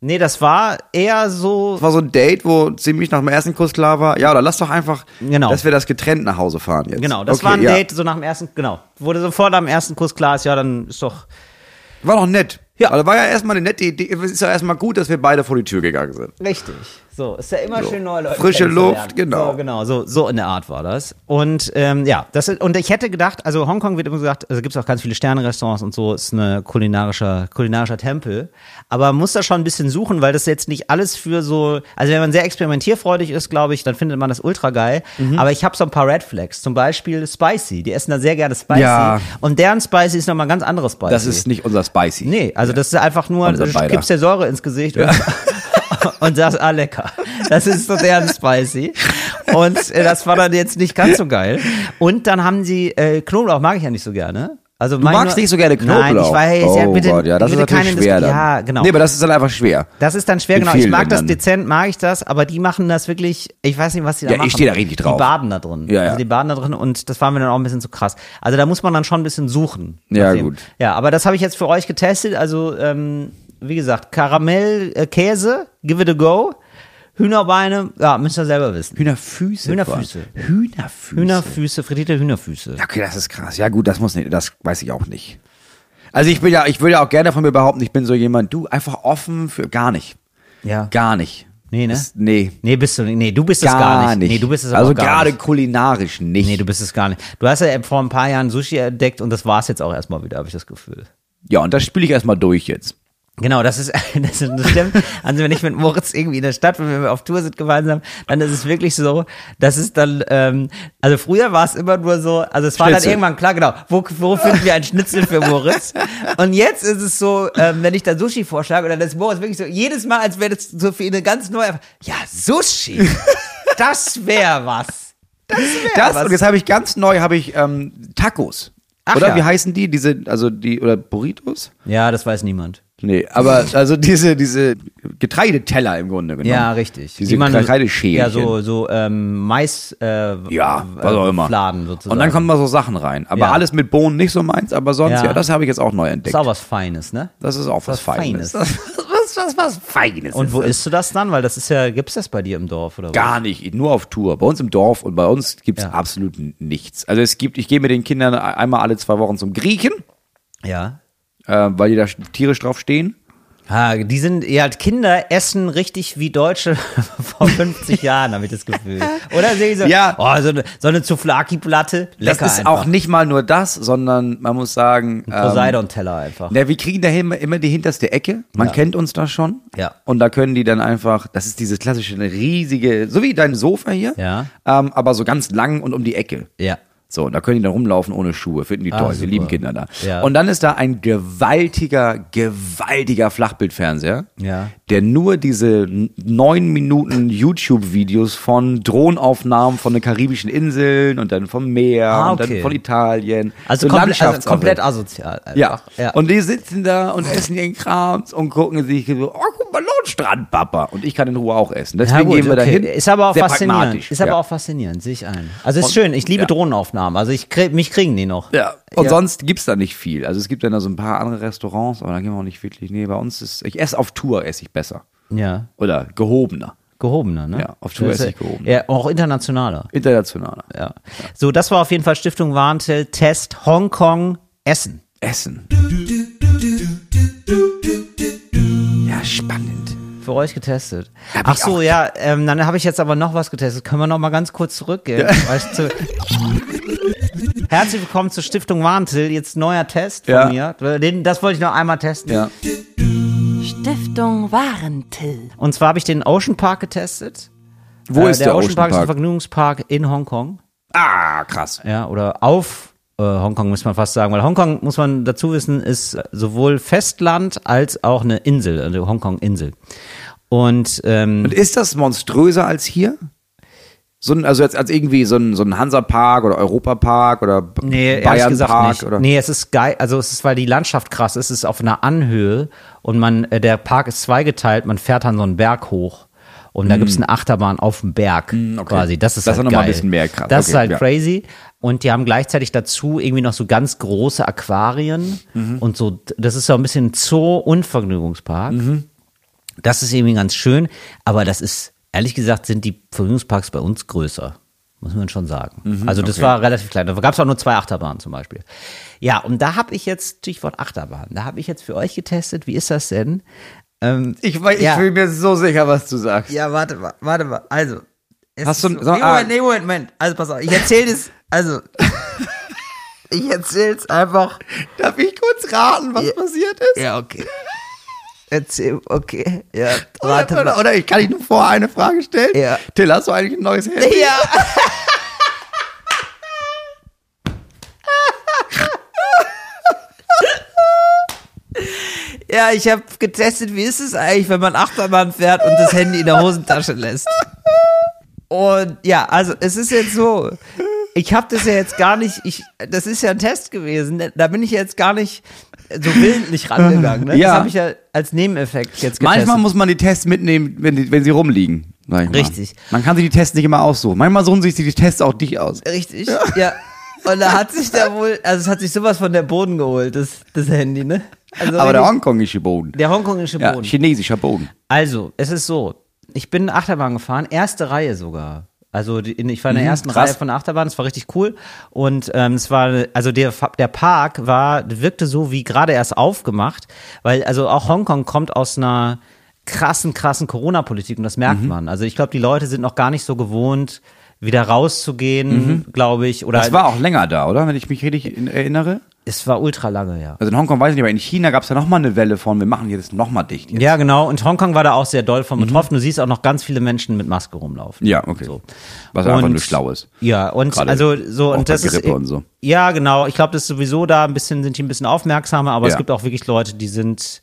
B: Nee, das war eher so
C: Das war so ein Date, wo ziemlich nach dem ersten Kuss klar war, ja, oder lass doch einfach,
B: Genau.
C: dass wir das getrennt nach Hause fahren jetzt.
B: genau, das
C: Okay,
B: war ein
C: ja.
B: Date so nach dem ersten genau. Wurde sofort am ersten Kuss klar, ist ja, dann ist doch
C: War doch nett.
B: Ja.
C: Also war ja erstmal eine nette Idee. Es ist ja erstmal gut, dass wir beide vor die Tür gegangen sind.
B: Richtig. So, ist ja immer
C: So.
B: schön neue Leute.
C: Frische
B: kennenzulernen.
C: Luft, genau.
B: So, genau, so, so in der Art war das. Und ähm, ja, das ist, und ich hätte gedacht, also Hongkong wird immer gesagt, also gibt's auch ganz viele Sternenrestaurants und so, ist ein kulinarischer, kulinarischer Tempel. Aber man muss da schon ein bisschen suchen, weil das jetzt nicht alles für so, also wenn man sehr experimentierfreudig ist, glaube ich, dann findet man das ultra geil.
C: Mhm.
B: Aber ich habe so ein paar Red Flags, zum Beispiel Spicy. Die essen da sehr gerne Spicy.
C: Ja.
B: Und deren Spicy ist nochmal ein ganz anderes Spicy.
C: Das ist nicht unser Spicy.
B: Nee, also das ist einfach nur,
C: Unser
B: du
C: beider.
B: gibst der Säure ins Gesicht und, und sagst, ah, lecker. Das ist so deren Spicy. Und äh, das war dann jetzt nicht ganz so geil. Und dann haben sie, äh, Knoblauch mag ich ja nicht so gerne. Also du
C: magst nicht so gerne Knoblauch.
B: Nein, ich weiß,
C: oh
B: ja, bitte,
C: Gott, ja, das
B: bitte
C: ist natürlich
B: keine
C: schwer
B: Dis-
C: dann.
B: Ja, genau.
C: Nee, aber das ist dann einfach schwer.
B: das ist dann schwer,
C: In
B: genau. Ich
C: vielen
B: mag das
C: Ländern.
B: dezent, mag ich das, aber die machen das wirklich, ich weiß nicht, was die da
C: Ja, ich
B: machen.
C: stehe da richtig drauf.
B: Die baden da drin.
C: Ja, ja.
B: Also die baden da drin und das war mir dann auch ein bisschen zu krass. Also da muss man dann schon ein bisschen suchen.
C: Ja,
B: nach dem.
C: gut.
B: Ja, aber das habe ich jetzt für euch getestet. Also, ähm, wie gesagt, Karamell, äh, Käse, give it a go. Hühnerbeine, ja, müsst ihr selber wissen.
C: Hühnerfüße.
B: Hühnerfüße.
C: Gott. Hühnerfüße.
B: Hühnerfüße, frittierte Hühnerfüße.
C: Okay, das ist krass. Ja, gut, das muss nicht, das weiß ich auch nicht. Also ich bin ja, ich würde ja auch gerne von mir behaupten, ich bin so jemand, du einfach offen für gar nicht.
B: Ja.
C: Gar nicht.
B: Nee, ne?
C: Das, nee.
B: Nee, bist du, nee, du bist es gar nicht. Nee, du bist es aber
C: also
B: auch gar
C: gerade
B: nicht.
C: kulinarisch nicht.
B: Nee, du bist es gar nicht. Du hast ja vor ein paar Jahren Sushi entdeckt und das war es jetzt auch erstmal wieder, habe ich das Gefühl.
C: ja, und das spiele ich erstmal durch jetzt.
B: Genau, das ist, das ist das stimmt. Also wenn ich mit Moritz irgendwie in der Stadt, wenn wir auf Tour sind gemeinsam, dann ist es wirklich so, dass es dann, ähm, also früher war es immer nur so, also es war dann
C: Schnitzel.
B: irgendwann klar, genau, wo, wo finden wir einen Schnitzel für Moritz? Und jetzt ist es so, ähm, wenn ich dann Sushi vorschlage, dann ist Moritz wirklich so, jedes Mal, als wäre das so für ihn eine ganz neue, ja, Sushi, das wäre was.
C: Das
B: was-
C: und jetzt habe ich ganz neu habe ich ähm, Tacos.
B: Ach
C: oder
B: ja.
C: wie heißen die? Diese also die oder Burritos?
B: Ja, das weiß niemand.
C: Nee, aber also diese, diese Getreideteller im Grunde genommen.
B: Ja, richtig.
C: ne? Diese Getreideschälchen.
B: Ja, so, so ähm, Mais, äh,
C: Ja,
B: w-
C: was auch immer.
B: Fladen sozusagen.
C: Und dann kommen mal so Sachen rein. Aber
B: Ja.
C: alles mit Bohnen nicht so meins, aber sonst,
B: Ja.
C: ja, das habe ich jetzt auch neu
B: das
C: entdeckt.
B: ist auch was Feines, ne?
C: Das ist auch was,
B: was
C: Feines.
B: Feines.
C: was, was, was Feines.
B: Und wo
C: das.
B: isst du das dann? Weil das ist ja, gibt's das bei dir im Dorf oder
C: Gar nicht, nur auf Tour. Bei uns im Dorf und bei uns gibt es
B: Ja.
C: absolut n- nichts. Also es gibt, ich gehe mit den Kindern einmal alle zwei Wochen zum Griechen,
B: was? Ja.
C: äh, weil die da sch- tierisch drauf stehen.
B: Ha, die sind, ja, Kinder essen richtig wie Deutsche vor 50 Jahren, habe ich das Gefühl. Oder sehe ich so,
C: Ja.
B: oh, so eine, so eine Zuflaki-Platte, lecker
C: das ist
B: einfach.
C: auch nicht mal nur das, sondern man muss sagen, ähm,
B: Poseidon-Teller einfach.
C: Na, wir kriegen da immer, immer die hinterste Ecke. Man kennt uns da schon.
B: Ja.
C: Und da können die dann einfach, das ist dieses klassische eine riesige, so wie dein Sofa hier,
B: Ja.
C: ähm, aber so ganz lang und um die Ecke.
B: Ja.
C: So, und da können die dann rumlaufen ohne Schuhe, finden die
B: Ah,
C: toll, wir
B: super.
C: lieben Kinder da.
B: Ja.
C: Und dann ist da ein gewaltiger, gewaltiger Flachbildfernseher,
B: Ja.
C: der nur diese n- neun Minuten YouTube-Videos von Drohnenaufnahmen von den karibischen Inseln und dann vom Meer
B: Ah,
C: und
B: okay.
C: dann von Italien.
B: Also,
C: So
B: komple also komplett
C: Landschaftsabbilder.
B: asozial. Einfach.
C: Ja.
B: ja.
C: Und die sitzen da und essen ihren Krams und gucken sich so, oh, guck mal, Nordstrand, Papa. Und ich kann in Ruhe auch essen.
B: Ja,
C: Deswegen
B: gut,
C: gehen wir
B: okay.
C: dahin.
B: Ist aber auch
C: Sehr
B: faszinierend.
C: pragmatisch,
B: Ist aber
C: ja.
B: auch faszinierend, sehe ich ein. Also ist
C: Und-
B: schön, ich liebe
C: ja.
B: Drohnenaufnahmen. Also ich krieg, mich kriegen die noch.
C: Ja. Und
B: Ja.
C: sonst gibt's da nicht viel. Also es gibt dann da so ein paar andere Restaurants, aber da gehen wir auch nicht wirklich. Nee, bei uns ist, ich esse auf Tour, esse ich besser.
B: Ja.
C: Oder gehobener.
B: Gehobener, ne?
C: Ja, auf Tour
B: Das
C: ist
B: ja-
C: ich gehoben.
B: Ja, auch internationaler.
C: Internationaler.
B: Ja. So, das war auf jeden Fall Stiftung Warntel, Test, Hongkong, Essen.
C: Essen. Ja, spannend.
B: Für euch getestet.
C: Hab
B: Ach
C: ich
B: so,
C: auch.
B: ja, ähm, dann habe ich jetzt aber noch was getestet. Können wir noch mal ganz kurz zurückgehen? Weißt du? Herzlich willkommen zur Stiftung Warntil. Jetzt neuer Test von
C: Ja.
B: mir. Den, das wollte ich noch einmal testen.
C: Ja.
A: Stiftung Warentil.
B: Und zwar habe ich den Ocean Park getestet.
C: Wo
B: Äh,
C: ist der, Ocean Park?
B: ist ein Vergnügungspark in Hongkong.
C: ah, krass.
B: Ja, oder auf äh, Hongkong, muss man fast sagen. Weil Hongkong, muss man dazu wissen, ist äh, sowohl Festland als auch eine Insel, also Hongkong-Insel. Und, ähm,
C: Und ist das monströser als hier? So ein, also jetzt als irgendwie so ein, so ein Hansapark oder Europapark oder B-
B: nee, ehrlich gesagt
C: Bayernpark
B: nicht.
C: oder.
B: Nee, es ist geil, also es ist, weil die Landschaft krass ist, es ist auf einer Anhöhe und man, äh, der Park ist zweigeteilt, man fährt dann so einen Berg hoch. Und
C: Mhm.
B: da gibt's eine Achterbahn auf dem Berg quasi. Das ist
C: Das ist
B: halt
C: noch mal ein
B: geil.
C: bisschen mehr krass.
B: Das ist
C: Okay,
B: halt
C: ja.
B: crazy. Und die haben gleichzeitig dazu irgendwie noch so ganz große Aquarien
C: Mhm.
B: und so, das ist so ein bisschen Zoo und Vergnügungspark.
C: Mhm.
B: Das ist irgendwie ganz schön, aber das ist, ehrlich gesagt, sind die Vergnügungsparks bei uns größer. Muss man schon sagen. also das
C: Mhm, okay.
B: war relativ klein. Da gab es auch nur zwei Achterbahnen zum Beispiel. Ja, und da habe ich jetzt, Stichwort Achterbahn, da habe ich jetzt für euch getestet, wie ist das denn? Ähm,
C: Ich, wei- ich
B: Ja.
C: bin mir so sicher, was du sagst.
B: ja, warte mal, warte mal. Also. es
C: Hast
B: ist
C: du-
B: so,
C: sag-
B: nee,
C: ah.
B: Moment, nee, Moment, Moment. Also pass auf, ich erzähl das. Also. ich erzähl's einfach.
C: Darf ich kurz raten, was passiert ist?
B: Ja, okay. Erzähl, okay. Ja,
C: Oder,
B: warte
C: oder,
B: mal.
C: oder ich kann dich nur vorher eine Frage stellen.
B: Ja.
C: Till, hast du eigentlich ein neues Handy?
B: Ja. Ja, ich habe getestet, wie ist es eigentlich, wenn man Achterbahn fährt und das Handy in der Hosentasche lässt. Und ja, also es ist jetzt so, ich habe das ja jetzt gar nicht, ich, das ist ja ein Test gewesen, da bin ich jetzt gar nicht so willentlich rangegangen. Ne?
C: Ja.
B: Das habe ich ja als Nebeneffekt jetzt getestet.
C: Manchmal muss man die Tests mitnehmen, wenn, die, wenn sie rumliegen. sag ich mal.
B: Richtig.
C: Man kann sich die Tests nicht immer aussuchen. Manchmal suchen sich die Tests auch dich aus.
B: Richtig, ja. Und da hat sich da wohl, also es hat sich sowas von der Boden geholt, das, das Handy, ne? Also
C: Aber der
B: wirklich-
C: hongkongische Boden.
B: der hongkongische
C: ja,
B: Boden.
C: chinesischer Boden.
B: also, es ist so, ich bin Achterbahn gefahren, erste Reihe sogar. Also die, in- ich war in der
C: Mhm,
B: ersten
C: krass.
B: Reihe von der Achterbahn, es war richtig cool. Und ähm, es war, also der, Fa- der Park war, wirkte so wie gerade erst aufgemacht, weil also auch Hongkong kommt aus einer krassen, krassen Corona-Politik und das merkt
C: Mhm.
B: man. Also ich glaube, die Leute sind noch gar nicht so gewohnt, wieder rauszugehen, glaube ich. Oder
C: Mhm. Das war auch länger da, oder? Wenn ich mich richtig in- erinnere.
B: es war ultra lange, ja.
C: Also in Hongkong weiß ich nicht, aber in China gab es ja nochmal eine Welle von, wir machen jetzt nochmal dicht. Jetzt.
B: Ja, genau. Und Hongkong war da auch sehr doll von betroffen. Du siehst auch noch ganz viele Menschen mit Maske rumlaufen.
C: Ja, okay.
B: So.
C: Was einfach
B: Und-
C: nur schlau ist.
B: Ja, und
C: Gerade
B: also so
C: auch
B: und
C: bei
B: das ist
C: Grippe und so.
B: ja genau. Ich glaube, das ist sowieso da ein bisschen sind die ein bisschen aufmerksamer, aber es
C: Ja.
B: gibt auch wirklich Leute, die sind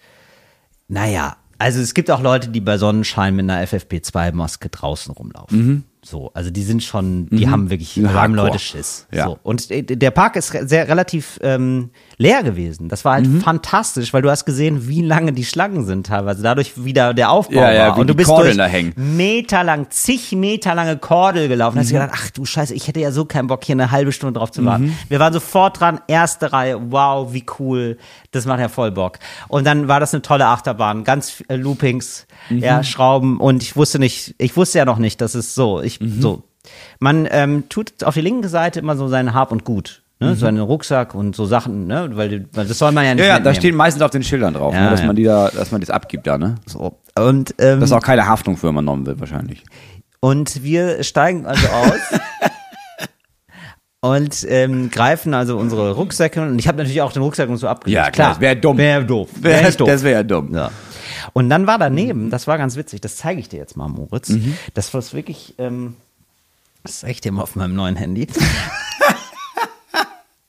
B: naja, also es gibt auch Leute, die bei Sonnenschein mit einer FFP2-Maske draußen rumlaufen. So, also die sind schon, die haben wirklich, da haben
C: Mhm. Hardcore.
B: Leute Schiss.
C: Ja.
B: So. Und äh, der Park ist re- sehr relativ ähm, leer gewesen. Das war halt
C: Mhm.
B: fantastisch, weil du hast gesehen, wie lange die Schlangen sind teilweise. Dadurch wieder der Aufbau
C: Ja, ja,
B: war.
C: wie
B: Und du
C: die
B: bist durch
C: Kordeln da hängen.
B: meterlang, zig Meter lange Kordel gelaufen.
C: Mhm.
B: Hast du gedacht, ach du Scheiße, ich hätte ja so keinen Bock, hier eine halbe Stunde drauf zu warten. Wir waren sofort dran, erste Reihe, wow, wie cool. Das macht ja voll Bock. Und dann war das eine tolle Achterbahn, ganz äh, Loopings,
C: Mhm.
B: ja, Schrauben. Und ich wusste nicht, ich wusste ja noch nicht, dass es so, ich,
C: Mhm.
B: so. Man ähm, tut auf die linken Seite immer so sein Hab und Gut. Ne, So einen Rucksack und so Sachen, ne? Weil weil das soll man ja nicht
C: Mhm. Ja, ja, da
B: mitnehmen.
C: stehen meistens auf den Schildern drauf,
B: Ja,
C: ne, dass
B: ja.
C: man die da, dass man das abgibt da, ne?
B: so. Und, ähm,
C: Dass auch keine Haftung für übernommen wird wahrscheinlich.
B: Und wir steigen also aus. Und ähm, greifen also unsere Rucksäcke und ich habe natürlich auch den Rucksack und so abgelegt.
C: Ja, klar, das wär dumm.
B: Wäre doof.
C: Wär-
B: echt doof.
C: das wär ja dumm.
B: Ja. Und dann war daneben, das war ganz witzig, das zeige ich dir jetzt mal, Moritz. Das war wirklich, ähm, Mhm. das zeige ich dir mal auf meinem neuen Handy.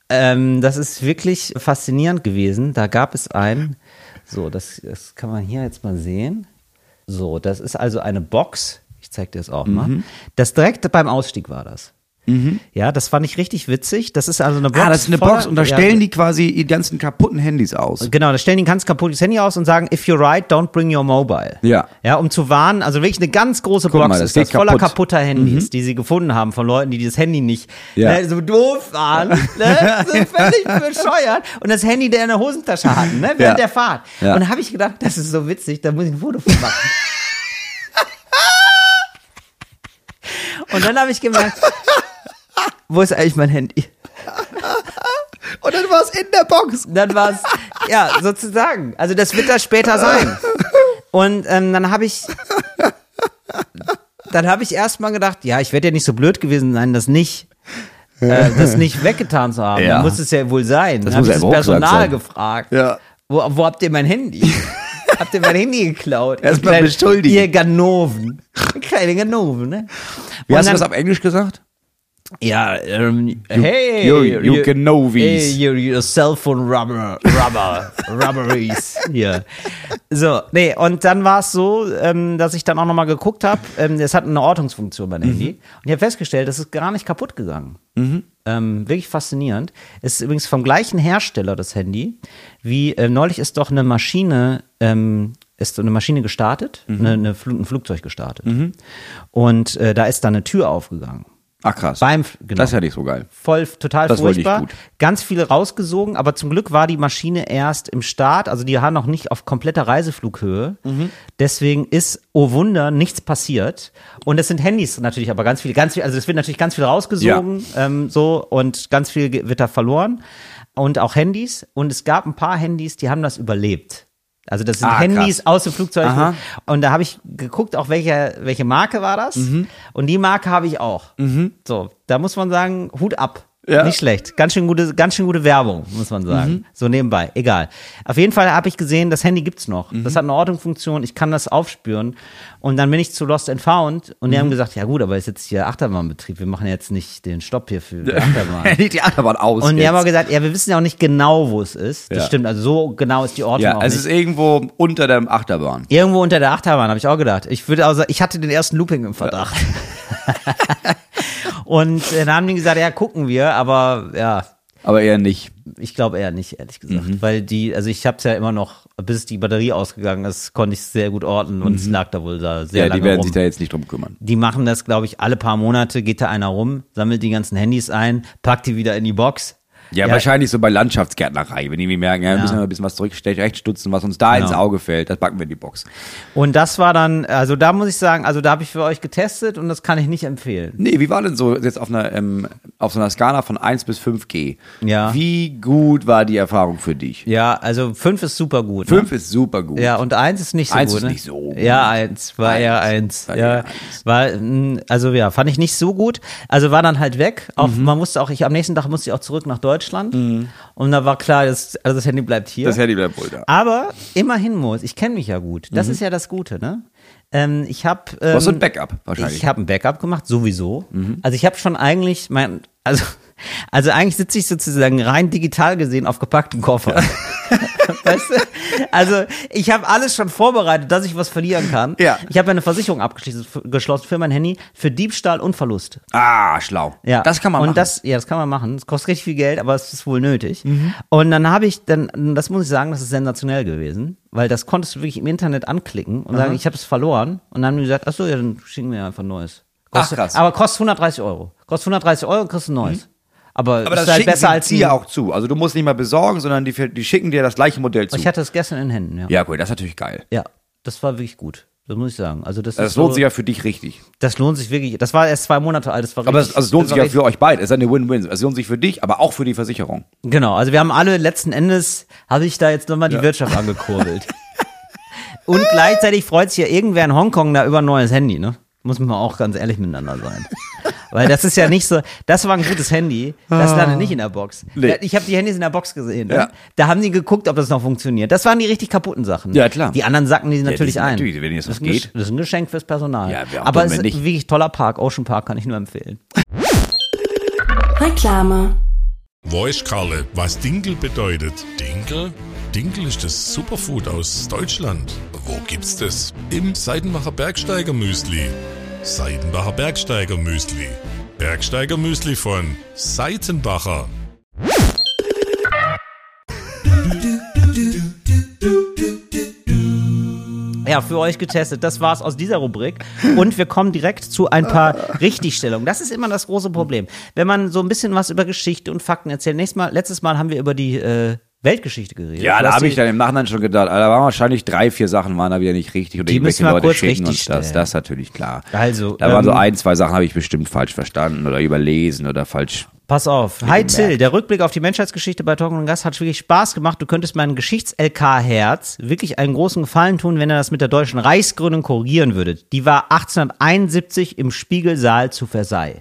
B: ähm, das ist wirklich faszinierend gewesen. Da gab es ein, so, das, das kann man hier jetzt mal sehen. So, das ist also eine Box. Ich zeig dir das auch mal. Das direkt beim Ausstieg war das. Ja, das fand ich richtig witzig. Mhm. Das ist also eine Box.
C: ah, das ist eine
B: voller-
C: Box und da
B: ja,
C: stellen die quasi die ganzen kaputten Handys aus.
B: Genau, da stellen die ein ganz kaputtes Handy aus und sagen, if you're right, don't bring your mobile.
C: Ja.
B: Ja, um zu warnen, also wirklich eine ganz große
C: Guck
B: Box
C: mal, das
B: ist das
C: geht
B: voller
C: kaputt. Mhm.
B: kaputter Handys, die sie gefunden haben von Leuten, die dieses Handy nicht
C: Ja.
B: ne, so doof waren, ne, sind völlig bescheuert und das Handy der in der Hosentasche hatten, ne, während
C: Ja.
B: der Fahrt.
C: Ja.
B: Und da habe ich gedacht, das ist so witzig, da muss ich ein Foto von machen. und dann habe ich gemerkt, wo ist eigentlich mein Handy?
C: Und dann war es in der Box.
B: dann war es, ja, sozusagen. Also das wird das später sein. Und ähm, dann habe ich, dann habe ich erstmal gedacht, ja, ich werde ja nicht so blöd gewesen sein, das nicht, äh, das nicht weggetan zu haben.
C: Ja.
B: Muss es ja wohl sein. Das dann habe
C: muss
B: ich
C: ja
B: das
C: im Rucksack
B: Personal
C: sein.
B: gefragt.
C: Ja.
B: Wo, wo habt ihr mein Handy? habt ihr mein Handy geklaut?
C: Erst mal
B: Ihr kleinen-
C: beschuldigen.
B: Ihr Ganoven. Kleine Ganoven, ne?
C: Wie
B: Und
C: hast du
B: dann-
C: das auf Englisch gesagt?
B: ja, ähm, hey,
C: you- you can know
B: Hey,
C: these.
B: your, your cell phone rubber, rubber, rubberies. Hier. So, nee, und dann war es so, ähm, dass ich dann auch nochmal geguckt habe, ähm, es hat eine Ortungsfunktion
C: Mhm.
B: mein Handy. Und ich habe festgestellt, das ist gar nicht kaputt gegangen. Ähm, wirklich faszinierend. Es ist übrigens vom gleichen Hersteller das Handy, wie äh, neulich ist doch eine Maschine, ähm, ist so eine Maschine gestartet,
C: Mhm.
B: eine, eine Fl ein Flugzeug gestartet. Und äh, da ist dann eine Tür aufgegangen.
C: Ach krass.
B: Beim, F- genau.
C: Das ist ja nicht so geil.
B: Voll, total
C: Das wollte ich
B: furchtbar.
C: gut.
B: Ganz viele rausgesogen, aber zum Glück war die Maschine erst im Start, also die war noch nicht auf kompletter Reiseflughöhe.
C: Mhm.
B: Deswegen ist, oh Wunder, nichts passiert. Und es sind Handys natürlich, aber ganz viele, ganz viel, also es wird natürlich ganz viel rausgesogen, ähm, so, und ganz viel ge- wird da verloren. Und auch Handys. Und es gab ein paar Handys, die haben das überlebt. Also das sind
C: Ah, krass.
B: Handys aus dem Flugzeug.
C: Aha.
B: Und da habe ich geguckt, auch welche, welche Marke war das.
C: Mhm.
B: Und die Marke habe ich auch. So, da muss man sagen, Hut ab.
C: Ja. Mhm.
B: Nicht schlecht. Ganz schön, gute, ganz schön gute Werbung, muss man sagen. So nebenbei, egal. Auf jeden Fall habe ich gesehen, das Handy gibt's noch.
C: Mhm.
B: Das hat eine Ortungsfunktion, ich kann das aufspüren. Und dann bin ich zu Lost and Found
C: Mhm.
B: und die haben gesagt, ja gut, aber ist jetzt hier Achterbahnbetrieb, wir machen jetzt nicht den Stopp hier für die Achterbahn.
C: die Achterbahn aus.
B: Und die
C: jetzt.
B: haben auch gesagt, ja, wir wissen ja auch nicht genau, wo es ist. Das
C: Ja.
B: stimmt, also so genau ist die Ortung
C: ja, also
B: auch
C: es
B: nicht.
C: ist irgendwo unter der Achterbahn.
B: Irgendwo unter der Achterbahn, habe ich auch gedacht. Ich würde also, ich hatte den ersten Looping im Verdacht. Und äh, dann haben die gesagt, ja, gucken wir, aber ja,
C: Aber eher nicht.
B: ich glaube eher nicht, ehrlich gesagt.
C: Mhm.
B: Weil die, also ich habe es ja immer noch, bis die Batterie ausgegangen ist, konnte ich es sehr gut orten und es lag da wohl da sehr
C: Mhm. Ja,
B: lange
C: die werden
B: rum.
C: sich da jetzt nicht drum kümmern.
B: Die machen das, glaube ich, alle paar Monate geht da einer rum, sammelt die ganzen Handys ein, packt die wieder in die Box.
C: Ja, wahrscheinlich so bei Landschaftsgärtnerei, wenn die mir merken, ja, wir müssen wir ein bisschen was zurückstellen, rechtstutzen, was uns da ins
B: Genau.
C: Auge fällt, das backen wir in die Box.
B: Und das war dann, also da muss ich sagen, also da habe ich für euch getestet und das kann ich nicht empfehlen.
C: Nee, wie war denn so jetzt auf einer, ähm, auf so einer Skala von 1 bis 5G?
B: Ja.
C: Wie gut war die Erfahrung für dich?
B: Ja, also fünf ist super gut. ne?
C: 5 ist super gut.
B: Ja, und eins ist nicht so
C: Eins
B: gut.
C: ist
B: ne?
C: nicht so gut.
B: Ja, eins war
C: Eins
B: eher eins.
C: war
B: ja,
C: eher eins.
B: war, mm, also ja, fand ich nicht so gut. Also war dann halt weg. Auch,
C: Mhm.
B: Man musste auch, ich am nächsten Tag musste ich auch zurück nach Deutschland. Und da war klar, das, also das Handy bleibt hier.
C: Das hätte ich bleibt wohl da.
B: Aber immerhin muss, ich kenne mich ja gut. Das ist ja das Gute, ne? Ähm, ich habe. Ähm,
C: hast Mhm. so ein Backup wahrscheinlich. Mhm.
B: Ich habe ein Backup gemacht, sowieso. Also ich habe schon eigentlich mein, also, also eigentlich sitze ich sozusagen rein digital gesehen auf gepacktem Koffer. Weißt du? Also ich habe alles schon vorbereitet, dass ich was verlieren kann.
C: Ja.
B: Ich habe eine Versicherung abgeschlossen f- geschlossen für mein Handy für Diebstahl und Verlust.
C: Ah, schlau.
B: Ja.
C: Das kann man
B: und
C: machen.
B: Das, ja, das kann man machen. Es kostet richtig viel Geld, aber es ist wohl nötig.
C: Mhm.
B: Und dann habe ich, dann, das muss ich sagen, das ist sensationell gewesen, weil das konntest du wirklich im Internet anklicken und sagen, ich habe es verloren. Und dann haben die gesagt, ach so, ja, dann schicken wir einfach ein neues.
C: Ach,
B: Kostet,
C: krass. Mhm.
B: Aber kostet 130 Euro. Kostet 130 Euro und kriegst ein neues. Aber,
C: aber das
B: ist halt
C: schicken
B: besser
C: sie
B: als
C: dir
B: ein-
C: auch zu. Also du musst nicht mal besorgen, sondern die, die schicken dir das gleiche Modell zu.
B: Ich hatte es gestern in Händen, ja.
C: ja, cool, das ist natürlich geil.
B: Ja, das war wirklich gut. Das muss ich sagen. Also das,
C: Das
B: ist
C: lohnt
B: so,
C: sich ja für dich richtig.
B: Das lohnt sich wirklich. Das war erst zwei Monate alt. Das war
C: Aber es,
B: richtig,
C: also es lohnt
B: das
C: sich
B: war
C: ja für euch beide. Es ist eine Win-Win. Es lohnt sich für dich, aber auch für die Versicherung.
B: richtig- Genau. Also wir haben alle letzten Endes habe ich da jetzt nochmal die Wirtschaft angekurbelt. Und gleichzeitig freut sich ja irgendwer in Hongkong da über ein neues Handy. Ne, muss man auch ganz ehrlich miteinander sein. Weil das ist ja nicht so, das war ein gutes Handy, das landet nicht in der Box.
C: Ah. Nee.
B: Ich habe die Handys in der Box gesehen. Ne?
C: Ja.
B: Da haben die geguckt, ob das noch funktioniert. Das waren die richtig kaputten Sachen.
C: Ja, klar.
B: Die anderen sacken die
C: die
B: natürlich
C: sind
B: ein.
C: natürlich, wenn jetzt
B: das
C: was
B: ist ein
C: geht.
B: Gesch- Das ist ein Geschenk fürs Personal.
C: Ja, wäre auch
B: Aber
C: dumm,
B: es ist
C: wenn nicht.
B: wirklich toller Park, Ocean Park kann ich nur empfehlen.
A: Reklame.
D: Voice-Karle, was Dinkel bedeutet. Dinkel? Dinkel ist das Superfood aus Deutschland. Wo gibt's das? Im Seidenbacher Bergsteiger Müsli. Seidenbacher Bergsteiger Müsli. Bergsteiger Müsli von Seitenbacher.
B: Ja, für euch getestet. Das war's aus dieser Rubrik. Und wir kommen direkt zu ein paar Richtigstellungen. Das ist immer das große Problem. Wenn man so ein bisschen was über Geschichte und Fakten erzählt. Nächstes Mal, letztes Mal haben wir über die äh, Weltgeschichte geredet.
C: Ja,
B: Du
C: da
B: hast
C: habe
B: die-
C: ich dann im Nachhinein schon gedacht, Alter, waren wahrscheinlich drei, vier Sachen waren da wieder nicht richtig und
B: Die müssen wir kurz
C: schicken
B: richtig
C: uns das.
B: stellen.
C: Das ist natürlich klar.
B: Also,
C: da waren so
B: ähm,
C: ein, zwei Sachen habe ich bestimmt falsch verstanden oder überlesen oder falsch.
B: Pass auf. Hi
C: gemerkt.
B: Till, der Rückblick auf die Menschheitsgeschichte bei Talken und Gast hat wirklich Spaß gemacht. Du könntest meinem Geschichts-LK-Herz wirklich einen großen Gefallen tun, wenn er das mit der deutschen Reichsgründung korrigieren würdet. Die war 1871 im Spiegelsaal zu Versailles.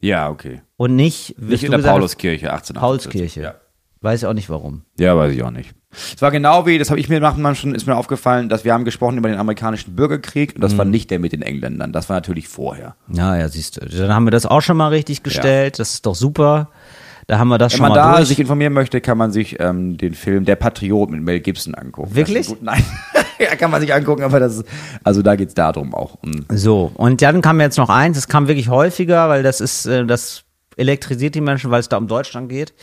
C: Ja, okay.
B: Und nicht,
C: Nicht
B: wie
C: in
B: du
C: der
B: gesagt hast,
C: Pauluskirche 18.
B: Paulskirche.
C: Ja.
B: Weiß ich auch nicht warum.
C: ja, weiß ich auch nicht. Es war genau wie, das habe ich mir nachher schon, ist mir aufgefallen, dass wir haben gesprochen über den amerikanischen Bürgerkrieg und das
B: Mhm.
C: war nicht der mit den Engländern, das war natürlich vorher.
B: Ja, ja, siehst du. Dann haben wir das auch schon mal richtig gestellt. Das ist doch super. Da haben wir das
C: Wenn
B: schon
C: man
B: mal
C: da
B: durch.
C: sich informieren möchte, kann man sich ähm, den Film Der Patriot mit Mel Gibson angucken. Das
B: Wirklich?
C: ist Gut, nein. ja, kann man sich angucken, aber das ist, also da geht's darum auch. Um,
B: so, und dann kam jetzt noch eins. Das kam wirklich häufiger, weil das ist, äh, das elektrisiert die Menschen, weil es da um Deutschland geht.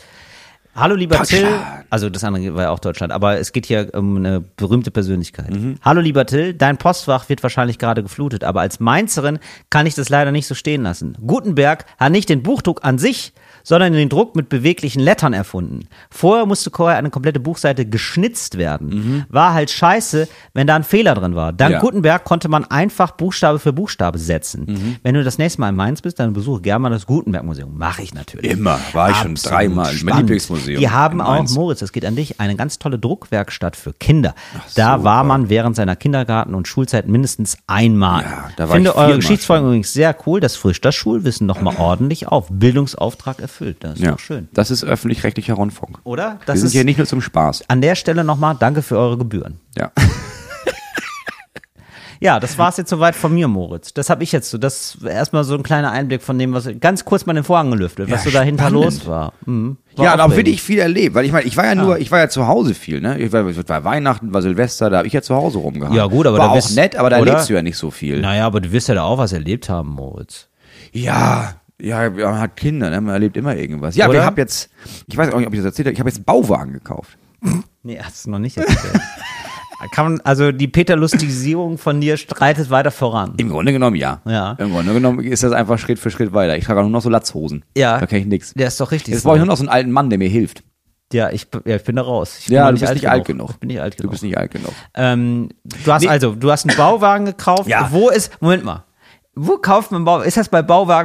B: Hallo lieber Till.
C: Deutschland.
B: Also das andere war ja auch Deutschland, aber es geht hier um eine berühmte Persönlichkeit. Hallo lieber Till, dein Postfach wird wahrscheinlich gerade geflutet, aber als Mainzerin kann ich das leider nicht so stehen lassen. Gutenberg hat nicht den Buchdruck an sich, sondern den Druck mit beweglichen Lettern erfunden. Vorher musste vorher eine komplette Buchseite geschnitzt werden. War halt scheiße, wenn da ein Fehler drin war. Dank
C: Ja.
B: Gutenberg konnte man einfach Buchstabe für Buchstabe setzen. Wenn du das nächste Mal in Mainz bist, dann besuche gerne mal das Gutenberg-Museum. Mache ich natürlich.
C: Immer. War ich schon
B: Absolut
C: dreimal. Mein
B: spannend.
C: Lieblingsmuseum
B: Die haben
C: in
B: auch,
C: Mainz.
B: Moritz, das geht an dich, eine ganz tolle Druckwerkstatt für Kinder. da war man während seiner Kindergarten- und Schulzeit mindestens einmal.
C: Ja, da war
B: Finde
C: ich
B: eure
C: viermal
B: Geschichtsfolgen übrigens sehr cool. Das frischt das Schulwissen nochmal ordentlich auf. Bildungsauftrag erfüllt. Das ist
C: ja,
B: doch schön.
C: Das ist öffentlich-rechtlicher Rundfunk.
B: Oder?
C: Das
B: Das
C: wir sind
B: ist
C: hier nicht nur zum Spaß.
B: an der Stelle nochmal danke für eure Gebühren.
C: Ja.
B: Ja, das war's jetzt soweit von mir, Moritz. Das habe ich jetzt so. Das ist erstmal so ein kleiner Einblick von dem, was ganz kurz mal den Vorhang gelüftet, was
C: Ja,
B: so dahinter
C: spannend.
B: los war. Mhm. War
C: Ja, da habe
B: aufregend.
C: wirklich viel erlebt, weil ich meine, ich
B: Ah.
C: war ja nur, ich war ja zu Hause viel, ne? Ich war, ich war Weihnachten, war Silvester, da habe ich ja zu Hause rumgehangen.
B: Ja, gut, aber
C: war
B: da
C: auch
B: bist-
C: nett, aber da
B: oder?
C: erlebst du ja nicht so viel.
B: Naja, aber du wirst ja da auch was erlebt haben, Moritz.
C: Ja, ja, man hat Kinder, ne? man erlebt immer irgendwas. Ja,
B: Oder?
C: ich habe jetzt, ich weiß auch nicht, ob ich das erzählt habe, ich habe jetzt einen Bauwagen gekauft.
B: Nee, hast du noch nicht erzählt. Kann man, also die Peterlustisierung von dir streitet weiter voran.
C: Im Grunde genommen ja.
B: Ja.
C: Im Grunde genommen ist das einfach Schritt für Schritt weiter. Ich trage auch nur noch so Latzhosen. Da kann ich nix.
B: Ja, ist doch richtig.
C: Jetzt
B: so.
C: brauche ich nur noch so einen alten Mann, der mir hilft.
B: ja, ich, b- ja, ich bin da raus. Ich bin
C: Ja,
B: noch
C: du bist nicht alt genug.
B: Ich bin nicht alt
C: Du
B: genug.
C: bist nicht alt genug.
B: Ähm, du hast also, du hast einen Bauwagen gekauft.
C: Ja.
B: Wo ist, Moment mal. Wo kauft man Bauwagen? Ist das bei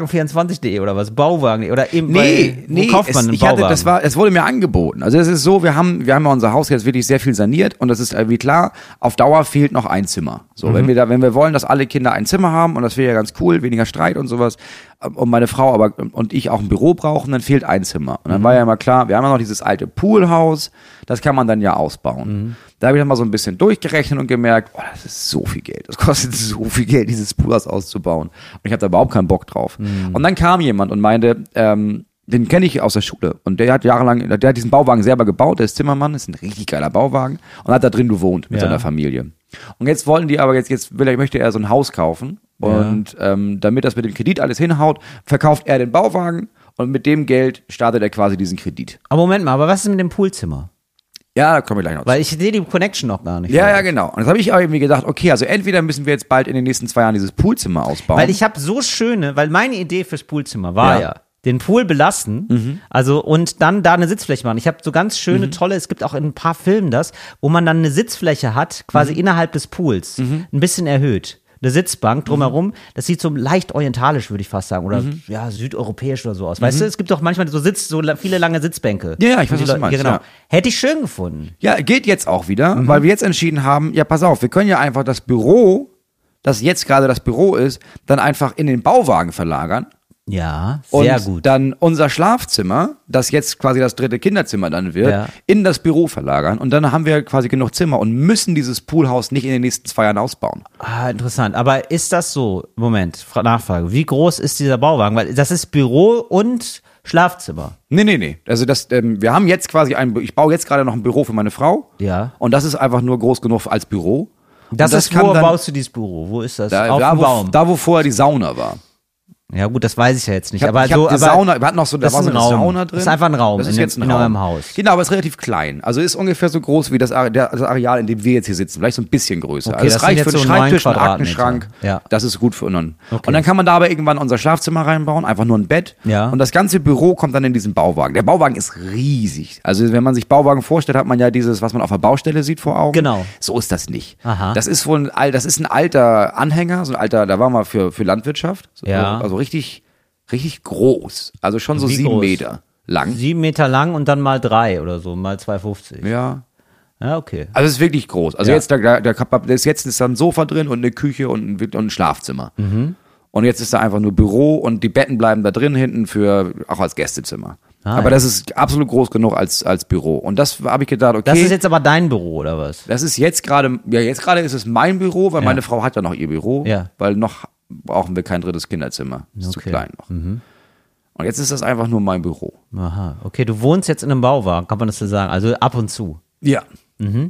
B: Bauwagen24.de oder was? Bauwagen.de oder eben bei, wo kauft man
C: es,
B: einen
C: ich
B: Bauwagen?
C: hatte, das war, es wurde mir angeboten. Also es ist so, wir haben, wir haben ja unser Haus jetzt wirklich sehr viel saniert und das ist äh, wie klar, auf Dauer fehlt noch ein Zimmer. So, wenn wir da, wenn wir wollen, dass alle Kinder ein Zimmer haben und das wäre ja ganz cool, weniger Streit und sowas äh, und meine Frau aber und ich auch ein Büro brauchen, dann fehlt ein Zimmer. Und dann war ja immer klar, wir haben ja noch dieses alte Poolhaus, das kann man dann ja ausbauen. Da habe ich dann mal so ein bisschen durchgerechnet und gemerkt, oh, das ist so viel Geld. Das kostet so viel Geld, dieses Poolhaus auszubauen. Und ich habe da überhaupt keinen Bock drauf. Und dann kam jemand und meinte, ähm, den kenne ich aus der Schule und der hat jahrelang, der hat diesen Bauwagen selber gebaut, der ist Zimmermann, ist ein richtig geiler Bauwagen und hat da drin gewohnt mit
B: Ja.
C: seiner Familie. Und jetzt wollten die aber jetzt, jetzt will er, möchte er so ein Haus kaufen und ähm, damit das mit dem Kredit alles hinhaut, verkauft er den Bauwagen und mit dem Geld startet er quasi diesen Kredit.
B: Aber Moment mal, aber was ist mit dem Poolzimmer?
C: Ja, da kommen wir gleich noch zu.
B: Weil ich sehe die Connection noch gar nicht.
C: Ja, ja, genau. Und das habe ich auch irgendwie gedacht, okay, also entweder müssen wir jetzt bald in den nächsten zwei Jahren dieses Poolzimmer ausbauen.
B: Weil ich habe so schöne, weil meine Idee fürs Poolzimmer war
C: Ja. Mhm.
B: ja, den Pool belassen, also und dann da eine Sitzfläche machen. Ich habe so ganz schöne, tolle, es gibt auch in ein paar Filmen das, wo man dann eine Sitzfläche hat, quasi
C: Mhm.
B: innerhalb des Pools, ein bisschen erhöht. Eine
C: Mhm.
B: Sitzbank drumherum, das sieht so leicht orientalisch, würde ich fast sagen, oder ja, südeuropäisch oder so aus. Weißt du, es gibt doch manchmal so Sitz, so la- viele lange Sitzbänke.
C: Mhm. Ja, ja, ich
B: Wo die
C: weiß, was du
B: Leute-
C: meinst,
B: Genau.
C: ja.
B: Hätte ich schön gefunden.
C: ja, geht jetzt auch wieder,
B: Mhm.
C: weil wir jetzt entschieden haben, ja, pass auf, wir können ja einfach das Büro, das jetzt gerade das Büro ist, dann einfach in den Bauwagen verlagern.
B: Ja,
C: Und
B: sehr gut.
C: dann unser Schlafzimmer, das jetzt quasi das dritte Kinderzimmer dann wird,
B: Ja.
C: in das Büro verlagern. Und dann haben wir quasi genug Zimmer und müssen dieses Poolhaus nicht in den nächsten zwei Jahren ausbauen.
B: Ah, interessant. Aber ist das so? Moment, Fra- Nachfrage. Wie groß ist dieser Bauwagen? Weil das ist Büro und Schlafzimmer.
C: Nee, nee, nee. Also das, ähm, wir haben jetzt quasi ein, ich baue jetzt gerade noch ein Büro für meine Frau.
B: Ja.
C: Und das ist einfach nur groß genug als Büro. Und
B: Das, ist,
C: kann
B: wo
C: dann-
B: baust du dieses Büro? Wo ist das?
C: da,
B: Auf
C: da,
B: dem
C: wo,
B: Baum.
C: da, wo vorher die Sauna war.
B: ja gut, das weiß ich ja jetzt nicht.
C: Ich hab,
B: aber
C: ich hab
B: so,
C: die
B: aber
C: Sauna, wir hatten noch so, da
B: das
C: war
B: ist
C: so
B: ein
C: eine
B: Raum.
C: Sauna drin.
B: Das ist einfach ein Raum
C: Das ist
B: in dem-
C: jetzt ein
B: in
C: Raum.
B: eurem Haus.
C: Genau, aber es ist relativ klein. Also ist ungefähr so groß wie das, Are- der, das Areal, in dem wir jetzt hier sitzen. Vielleicht so ein bisschen größer.
B: Okay,
C: also
B: das
C: es
B: sind
C: reicht
B: jetzt
C: für einen
B: so neun
C: Schreibtisch, einen
B: Quadratmeter.
C: Aktenschrank.
B: Ja.
C: Das ist gut für einen.
B: Okay.
C: Und dann kann man da aber irgendwann unser Schlafzimmer reinbauen, einfach nur ein Bett.
B: Ja.
C: Und das ganze Büro kommt dann in diesen Bauwagen. Der Bauwagen ist riesig. Also wenn man sich Bauwagen vorstellt, hat man ja dieses, was man auf der Baustelle sieht vor Augen.
B: Genau.
C: So ist das nicht.
B: Aha.
C: Das ist wohl ein, al- das ist ein alter Anhänger, so ein alter, da war mal für, für Landwirtschaft. So,
B: Ja.
C: Also richtig, richtig groß. Also schon so
B: Wie
C: sieben
B: groß?
C: Meter lang.
B: Sieben Meter lang und dann mal drei oder so, mal 2,50.
C: Ja.
B: Ja, okay.
C: Also es ist wirklich groß. Also
B: Ja.
C: jetzt, da, da, da, da ist jetzt ist da ein Sofa drin und eine Küche und ein, und ein Schlafzimmer.
B: Mhm.
C: Und jetzt ist da einfach nur Büro und die Betten bleiben da drin hinten für auch als Gästezimmer.
B: Ah,
C: aber
B: ja.
C: das ist absolut groß genug als, als Büro. Und das habe ich gedacht, okay.
B: Das ist jetzt aber dein Büro oder was?
C: Das ist jetzt gerade, ja, jetzt gerade ist es mein Büro, weil meine Frau hat ja noch ihr Büro,
B: Ja.
C: weil noch brauchen wir kein drittes Kinderzimmer. Ist zu
B: Okay. Mhm.
C: klein noch. Und jetzt ist das einfach nur mein Büro.
B: Aha. Okay, du wohnst jetzt in einem Bauwagen, kann man das so sagen? Also ab und zu.
C: Ja.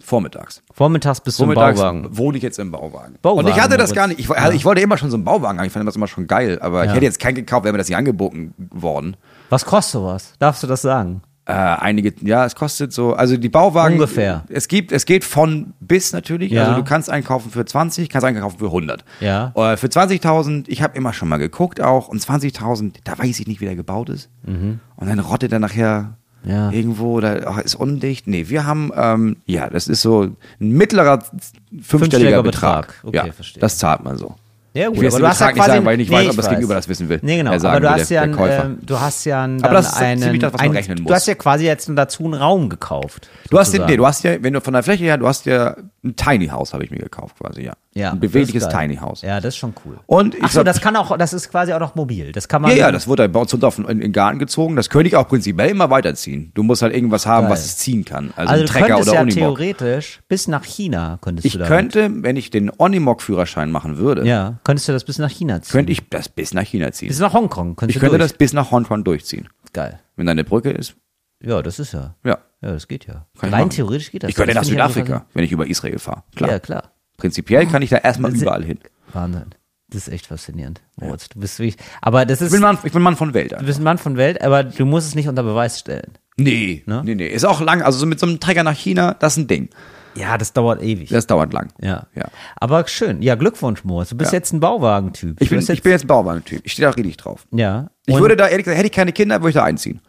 C: Vormittags.
B: Vormittags bist du im
C: Vormittags
B: Mhm. Bauwagen.
C: wohne ich jetzt im Bauwagen.
B: Bauwagen,
C: Und ich hatte das
B: Moritz.
C: gar nicht. Ich, wo- also ich wollte immer schon so einen Bauwagen haben. Ich fand das immer schon geil, aber ich hätte jetzt keinen gekauft, wäre mir das nicht angeboten worden.
B: Was kostet sowas? Darfst du das sagen?
C: Äh, einige, ja, es kostet so, also die Bauwagen.
B: Ungefähr.
C: Es gibt, es geht von bis natürlich.
B: Ja.
C: Also du kannst einkaufen für 20, kannst einkaufen für 100.
B: Ja.
C: Äh, für 20.000, ich habe immer schon mal geguckt auch. Und 20.000, da weiß ich nicht, wie der gebaut ist. Und dann rottet er nachher
B: Mhm. Ja.
C: irgendwo oder ach, ist undicht. Nee, wir haben, ähm, ja, das ist so ein mittlerer fünfstelliger
B: Fünfstelliger
C: Betrag.
B: Betrag. Okay,
C: ja,
B: verstehe.
C: Das zahlt man so.
B: Ja, gut,
C: Ich will jetzt
B: aber
C: den
B: du hast ja
C: Betrag
B: quasi
C: nicht sagen, weil ich nicht
B: nee,
C: weiß, ob das Gegenüber das wissen will.
B: Nee, genau.
C: Er sagen
B: aber du
C: will,
B: hast,
C: der-
B: ja
C: der Käufer.
B: einen, ähm, du hast ja einen.
C: Aber
B: dann
C: das ist
B: einen,
C: ziemlich das, was man
B: einen-
C: rechnen muss.
B: Du hast ja quasi jetzt dazu einen Raum gekauft.
C: Du hast, den,
B: sozusagen.
C: nee, du hast ja, wenn du von der Fläche her, du hast ja ein Tiny House, habe ich mir gekauft quasi, ja.
B: ja,
C: Ein bewegliches
B: das ist geil.
C: Tiny House.
B: Ja, das ist schon cool.
C: Und ich
B: Ach so,
C: sag-
B: das kann auch, das ist quasi auch noch mobil. Das kann man.
C: Ja, ja, das wurde halt bei uns runter auf- in in den Garten gezogen. Das könnte ich auch prinzipiell immer weiterziehen. Du musst halt irgendwas haben,
B: Geil.
C: was es ziehen kann. Also,
B: also
C: ein
B: du
C: Trecker
B: könntest
C: oder
B: ja
C: Unimog.
B: theoretisch bis nach China könntest du
C: Ich
B: damit.
C: könnte, wenn ich den Onimog-Führerschein machen würde,
B: Ja, könntest du das bis nach China ziehen.
C: könnte ich das bis nach China ziehen.
B: bis nach Hongkong. Könntest
C: ich
B: du
C: könnte
B: durch.
C: das bis nach Hongkong durchziehen.
B: Geil.
C: Wenn da eine Brücke ist,
B: Ja, das ist ja.
C: ja.
B: Ja, das geht ja.
C: kann ich
B: Rein
C: machen.
B: theoretisch geht das.
C: Ich könnte
B: Das
C: nach
B: finde ich einfach-
C: Südafrika, wenn ich über Israel fahre. Klar.
B: Ja, klar.
C: Prinzipiell kann ich da erstmal überall hin.
B: Wahnsinn. Das ist echt faszinierend. Moritz, du bist wirklich, aber das ist,
C: Ich bin Mann, ich bin Mann von Welt.
B: du bist ein Mann von Welt, aber du musst es nicht unter Beweis stellen.
C: Nee,
B: Ne?
C: nee, nee. Ist auch lang. Also so mit so einem Trecker nach China, das ist ein Ding.
B: Ja, das dauert ewig.
C: Das dauert lang.
B: ja.
C: ja.
B: Aber schön. Ja, Glückwunsch, Moritz. Du bist
C: Ja.
B: jetzt ein Bauwagentyp.
C: Ich
B: Du
C: bin,
B: bist jetzt,
C: ich bin jetzt ein Bauwagen-Typ. Ich stehe da richtig drauf.
B: ja.
C: Ich
B: Und-
C: würde da, ehrlich gesagt, hätte ich keine Kinder, würde ich da einziehen.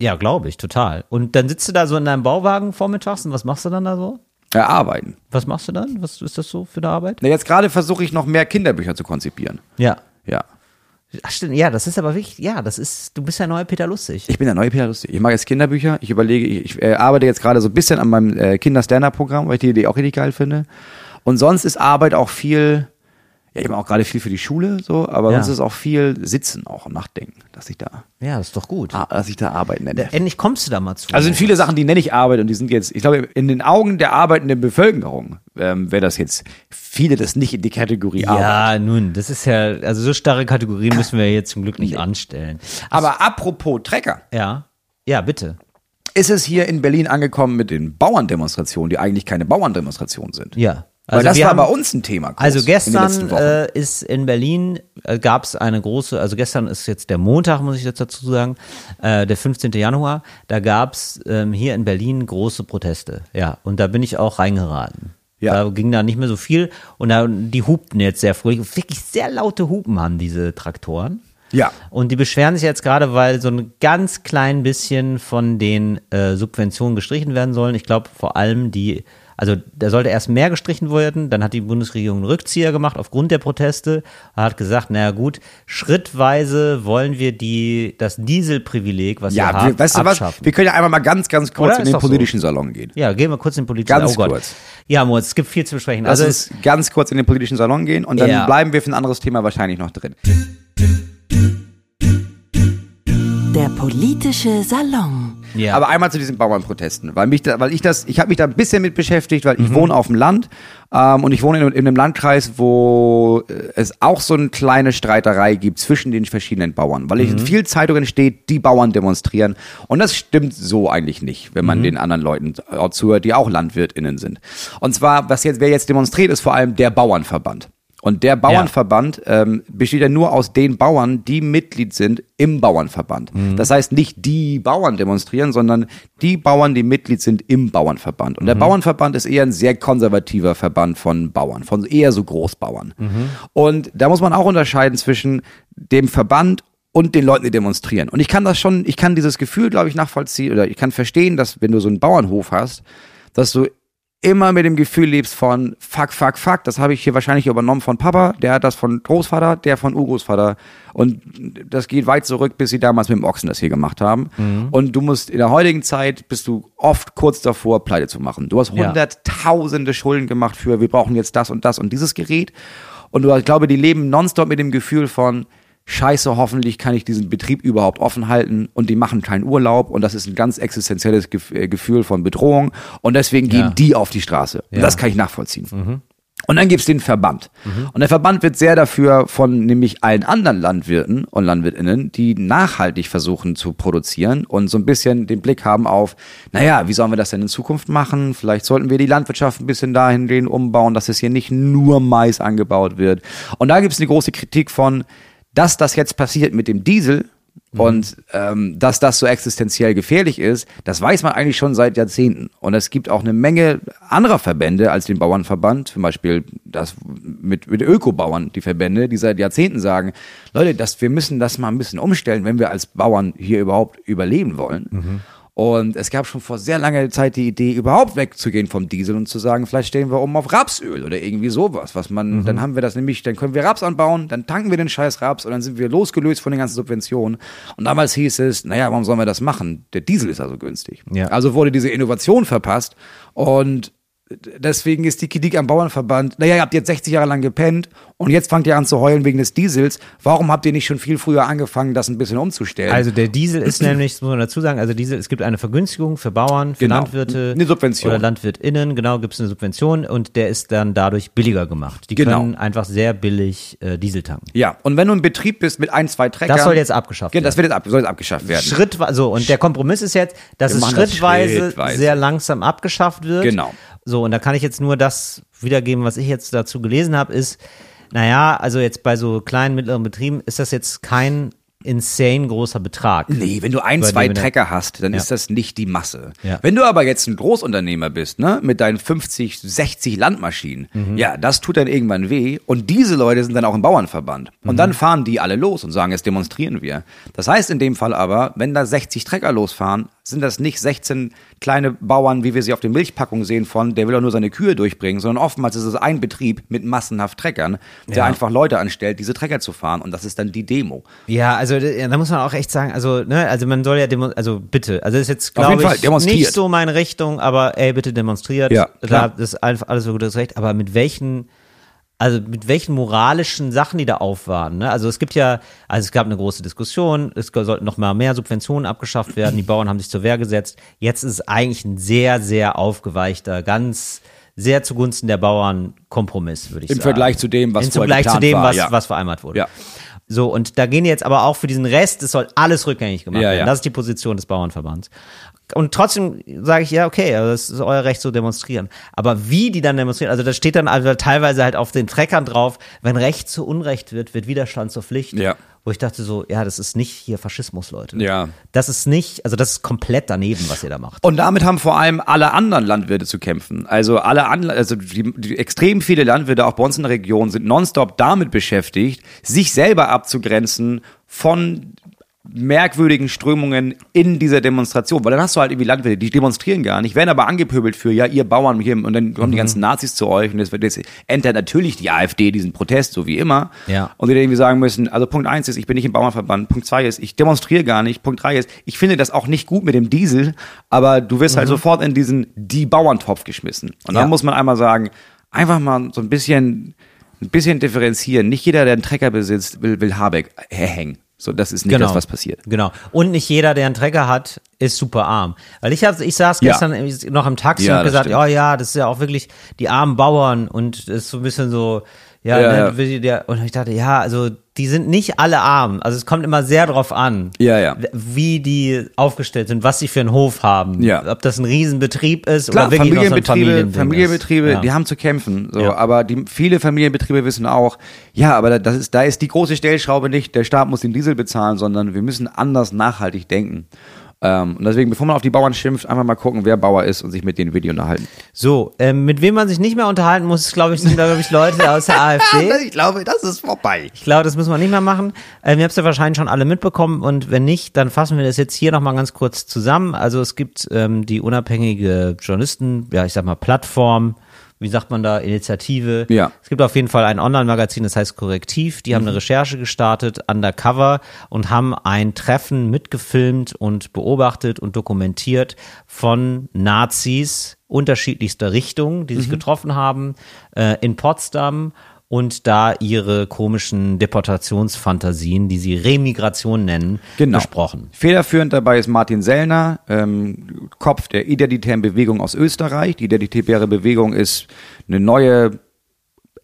B: ja, glaube ich, total. Und dann sitzt du da so in deinem Bauwagen vormittags und was machst du dann da so?
C: Ja, arbeiten.
B: Was machst du dann? Was ist das so für eine Arbeit?
C: Na, jetzt gerade versuche ich noch mehr Kinderbücher zu konzipieren.
B: Ja.
C: Ja.
B: Ach, stimmt. Ja, das ist aber wichtig. Ja, das ist, du bist ja neuer Peter Lustig.
C: Ich bin der neue Peter Lustig. Ich mag jetzt Kinderbücher. Ich überlege, ich, ich äh, arbeite jetzt gerade so ein bisschen an meinem äh, Kinder-Stand-Up-Programm, weil ich die Idee auch richtig geil finde. Und sonst ist Arbeit auch viel, Ja, eben auch gerade viel für die Schule, so, aber
B: Ja.
C: sonst ist auch viel Sitzen auch und Nachdenken, dass ich da,
B: Ja, ist doch gut.
C: ah, dass ich da Arbeit nenne.
B: Endlich kommst du da mal zu.
C: Also sind viele Sachen, die nenne ich Arbeit und die sind jetzt, ich glaube, in den Augen der arbeitenden Bevölkerung ähm, wäre das jetzt, viele das nicht in die Kategorie Arbeit.
B: ja, nun, das ist ja, also so starre Kategorien müssen wir jetzt zum Glück nicht anstellen.
C: Aber apropos Trecker,
B: Ja. Ja, bitte.
C: ist es hier in Berlin angekommen mit den Bauerndemonstrationen, die eigentlich keine Bauerndemonstrationen sind.
B: Ja.
C: Weil das
B: Also wir
C: war
B: haben-
C: bei uns ein Thema. groß
B: Also
C: In den letzten
B: gestern
C: Wochen.
B: äh, ist in Berlin, äh, gab es eine große, also gestern ist jetzt der Montag, muss ich jetzt dazu sagen, äh, der 15. Januar, da gab es ähm, hier in Berlin große Proteste. Ja, und da bin ich auch reingeraten.
C: Ja.
B: Da ging da nicht mehr so viel und da, die hupten jetzt sehr früh. Wirklich sehr laute Hupen haben diese Traktoren.
C: Ja.
B: Und die beschweren sich jetzt gerade, weil so ein ganz klein bisschen von den äh, Subventionen gestrichen werden sollen. Ich glaube vor allem die, also da sollte erst mehr gestrichen werden, dann hat die Bundesregierung einen Rückzieher gemacht aufgrund der Proteste, hat gesagt, naja gut, schrittweise wollen wir die, das Dieselprivileg, was wir
C: ja,
B: haben,
C: wir, weißt du was?
B: abschaffen.
C: Wir können ja einmal mal ganz, ganz kurz
B: Oder?
C: in
B: Ist
C: den
B: doch so.
C: politischen Salon gehen.
B: ja, gehen wir kurz in den politischen
C: Ganz
B: oh Gott.
C: kurz.
B: Ja, Moritz, es gibt viel zu besprechen.
C: Lass
B: Also
C: uns ganz kurz in den politischen Salon gehen und dann
B: Ja.
C: bleiben wir für ein anderes Thema wahrscheinlich noch drin.
A: Der politische Salon.
B: ja.
C: Aber einmal zu diesen Bauernprotesten, weil mich da, weil ich das, ich habe mich da ein bisschen mit beschäftigt, weil ich wohne auf dem Land ähm, und ich wohne in, in einem Landkreis, wo äh, es auch so eine kleine Streiterei gibt zwischen den verschiedenen Bauern, weil in vielen Zeitungen steht, die Bauern demonstrieren und das stimmt so eigentlich nicht, wenn man den anderen Leuten auch zuhört, die auch LandwirtInnen sind. Und zwar, was jetzt, wer jetzt demonstriert, ist vor allem der Bauernverband. Und der Bauernverband ähm, besteht ja nur aus den Bauern, die Mitglied sind im Bauernverband. Das heißt, nicht die Bauern demonstrieren, sondern die Bauern, die Mitglied sind im Bauernverband. Und der Bauernverband ist eher ein sehr konservativer Verband von Bauern, von eher so Großbauern. Und da muss man auch unterscheiden zwischen dem Verband und den Leuten, die demonstrieren. Und ich kann das schon, ich kann dieses Gefühl, glaube ich, nachvollziehen oder ich kann verstehen, dass wenn du so einen Bauernhof hast, dass du immer mit dem Gefühl lebst von fuck, fuck, fuck, das habe ich hier wahrscheinlich übernommen von Papa, der hat das von Großvater, der von Urgroßvater. Und das geht weit zurück, bis sie damals mit dem Ochsen das hier gemacht haben.
B: Mhm.
C: Und du musst in der heutigen Zeit, bist du oft kurz davor, pleite zu machen. Du hast
B: Ja.
C: hunderttausende Schulden gemacht für, wir brauchen jetzt das und das und dieses Gerät. Und du, ich glaube, die leben nonstop mit dem Gefühl von, Scheiße, hoffentlich kann ich diesen Betrieb überhaupt offen halten und die machen keinen Urlaub und das ist ein ganz existenzielles Gef- äh, Gefühl von Bedrohung und deswegen
B: Ja. Mhm.
C: gehen die auf die Straße. Und das kann ich nachvollziehen. Und dann gibt's den Verband. Und der Verband wird sehr dafür von nämlich allen anderen Landwirten und Landwirtinnen, die nachhaltig versuchen zu produzieren und so ein bisschen den Blick haben auf, naja, wie sollen wir das denn in Zukunft machen? Vielleicht sollten wir die Landwirtschaft ein bisschen dahingehend umbauen, dass es hier nicht nur Mais angebaut wird. Und da gibt's eine große Kritik von, dass das jetzt passiert mit dem Diesel, Mhm. und ähm, dass das so existenziell gefährlich ist, das weiß man eigentlich schon seit Jahrzehnten. Und es gibt auch eine Menge anderer Verbände als den Bauernverband, zum Beispiel das mit, mit Ökobauern, die Verbände, die seit Jahrzehnten sagen, Leute, das, wir müssen das mal ein bisschen umstellen, wenn wir als Bauern hier überhaupt überleben wollen. Und es gab schon vor sehr langer Zeit die Idee, überhaupt wegzugehen vom Diesel und zu sagen, vielleicht stellen wir um auf Rapsöl oder irgendwie sowas, was man,
B: Mhm.
C: dann haben wir das nämlich, dann können wir Raps anbauen, dann tanken wir den scheiß Raps und dann sind wir losgelöst von den ganzen Subventionen. Und damals hieß es, naja, warum sollen wir das machen? Der Diesel ist also günstig.
B: Ja.
C: Also wurde diese Innovation verpasst und deswegen ist die Kritik am Bauernverband, naja, ihr habt jetzt 60 Jahre lang gepennt und jetzt fangt ihr an zu heulen wegen des Diesels. Warum habt ihr nicht schon viel früher angefangen, das ein bisschen umzustellen?
B: Also der Diesel ist nämlich, das muss man dazu sagen, also Diesel, es gibt eine Vergünstigung für Bauern, für
C: Genau.
B: Landwirte
C: Eine Subvention.
B: oder LandwirtInnen, genau, gibt es eine Subvention und der ist dann dadurch billiger gemacht. Die
C: Genau.
B: können einfach sehr billig äh, Diesel tanken.
C: Ja, und wenn du im Betrieb bist mit ein, zwei Treckern.
B: Das soll jetzt abgeschafft
C: ja, das
B: werden.
C: wird jetzt ab, soll jetzt abgeschafft werden.
B: Schrittweise, so, und der Kompromiss ist jetzt, dass
C: Wir
B: es
C: machen das
B: schrittweise,
C: schrittweise.
B: sehr langsam abgeschafft wird.
C: Genau.
B: So, und da kann ich jetzt nur das wiedergeben, was ich jetzt dazu gelesen habe, ist, naja, also jetzt bei so kleinen, mittleren Betrieben ist das jetzt kein insane großer Betrag.
C: Nee, wenn du ein,
B: Bei
C: zwei
B: dem wir-
C: Trecker hast, dann
B: Ja.
C: ist das nicht die Masse.
B: Ja.
C: Wenn du aber jetzt ein Großunternehmer bist, ne, mit deinen 50, 60 Landmaschinen, ja, das tut dann irgendwann weh. Und diese Leute sind dann auch im Bauernverband. Und dann fahren die alle los und sagen, jetzt demonstrieren wir. Das heißt in dem Fall aber, wenn da 60 Trecker losfahren, sind das nicht 16 kleine Bauern, wie wir sie auf den Milchpackungen sehen von, der will doch nur seine Kühe durchbringen, sondern oftmals ist es ein Betrieb mit massenhaft Treckern, der einfach Leute anstellt, diese Trecker zu fahren. Und das ist dann die Demo.
B: Ja, also d- da muss man auch echt sagen, also ne, also man soll ja demo also bitte, also das ist jetzt
C: jeden
B: glaube
C: Fall,
B: ich
C: demonstriert.
B: nicht so meine Richtung, aber ey, bitte demonstriert.
C: Ja,
B: klar,
C: klar.
B: das ist einfach alles so gutes Recht, aber mit welchen also mit welchen moralischen Sachen die da auf waren. Ne? Also es gibt ja, also es gab eine große Diskussion, es go- sollten noch mal mehr Subventionen abgeschafft werden, die Bauern haben sich zur Wehr gesetzt. Jetzt ist eigentlich ein sehr, sehr aufgeweichter, ganz sehr zugunsten der Bauern Kompromiss, würde ich
C: Im
B: sagen.
C: Vergleich zu dem, was
B: Im
C: vorher
B: Vergleich zu
C: geplant
B: dem,
C: war,
B: was,
C: ja.
B: was vereinbart wurde.
C: Ja.
B: So, und da gehen jetzt aber auch für diesen Rest, es soll alles rückgängig gemacht
C: Ja,
B: werden.
C: ja.
B: Das ist die Position des Bauernverbands. Und trotzdem sage ich, ja, okay, also das ist euer Recht zu demonstrieren. Aber wie die dann demonstrieren, also da steht dann also teilweise halt auf den Treckern drauf, wenn Recht zu Unrecht wird, wird Widerstand zur Pflicht.
C: Ja.
B: Wo ich dachte so, ja, das ist nicht hier Faschismus, Leute.
C: Ja.
B: Das ist nicht, also das ist komplett daneben, was ihr da macht.
C: Und damit haben vor allem alle anderen Landwirte zu kämpfen. Also alle an, also die, die, extrem viele Landwirte auch bei uns in der Region sind nonstop damit beschäftigt, sich selber abzugrenzen von merkwürdigen Strömungen in dieser Demonstration. Weil dann hast du halt irgendwie Landwirte, die demonstrieren gar nicht, werden aber angepöbelt für, ja, ihr Bauern hier, und dann
B: Mhm.
C: kommen die ganzen Nazis zu euch und jetzt, jetzt entert natürlich die AfD diesen Protest, so wie immer.
B: Ja.
C: Und die dann irgendwie sagen müssen, also Punkt eins ist, ich bin nicht im Bauernverband, Punkt zwei ist, ich demonstriere gar nicht, Punkt drei ist, ich finde das auch nicht gut mit dem Diesel, aber du wirst halt sofort in diesen die Bauerntopf geschmissen. Und dann
B: Mhm. Ja.
C: muss man einmal sagen, einfach mal so ein bisschen, ein bisschen differenzieren. Nicht jeder, der einen Trecker besitzt, will, will Habeck äh, hängen. So, das ist nicht das, was passiert.
B: Genau. Und nicht jeder, der einen Trecker hat, ist super arm. Weil ich hab, ich saß
C: Ja.
B: gestern noch im Taxi
C: Ja,
B: und
C: das
B: gesagt,
C: stimmt.
B: oh ja, das ist ja auch wirklich die armen Bauern und das ist so ein bisschen so, ja,
C: Ja,
B: ne,
C: ja.
B: will die- Der, und ich dachte, ja, also die sind nicht alle arm. Also es kommt immer sehr drauf an,
C: Ja, ja.
B: wie die aufgestellt sind, was sie für einen Hof haben.
C: Ja.
B: Ob das ein Riesenbetrieb ist
C: Klar,
B: oder wirklich noch so ein
C: Familienbetriebe,
B: Familiending
C: Familienbetriebe,
B: ist. Ja.
C: die haben zu kämpfen. So,
B: Ja.
C: aber die, viele Familienbetriebe wissen auch, ja, aber da- das ist, da ist die große Stellschraube nicht. Der Staat muss den Diesel bezahlen, sondern wir müssen anders nachhaltig denken. Ähm, und deswegen, bevor man auf die Bauern schimpft, einfach mal gucken, wer Bauer ist und sich mit denen Video unterhalten.
B: So, ähm, mit wem man sich nicht mehr unterhalten muss, glaube ich, sind da wirklich Leute aus der AfD.
C: Ich glaube, das ist vorbei.
B: Ich glaube, das müssen wir nicht mehr machen. Ähm, ihr habt es ja wahrscheinlich schon alle mitbekommen und wenn nicht, dann fassen wir das jetzt hier nochmal ganz kurz zusammen. Also es gibt ähm, die unabhängige Journalisten, ja ich sag mal Plattform, wie sagt man da, Initiative.
C: Ja.
B: Es gibt auf jeden Fall ein Online-Magazin, das heißt Korrektiv. Die haben
C: Mhm.
B: eine Recherche gestartet, undercover, und haben ein Treffen mitgefilmt und beobachtet und dokumentiert von Nazis unterschiedlichster Richtung,
C: Mhm.
B: die sich getroffen haben äh, in Potsdam und da ihre komischen Deportationsfantasien, die sie Remigration nennen,
C: Genau.
B: besprochen.
C: Federführend dabei ist Martin Sellner, ähm, Kopf der Identitären Bewegung aus Österreich. Die Identitäre Bewegung ist eine neue,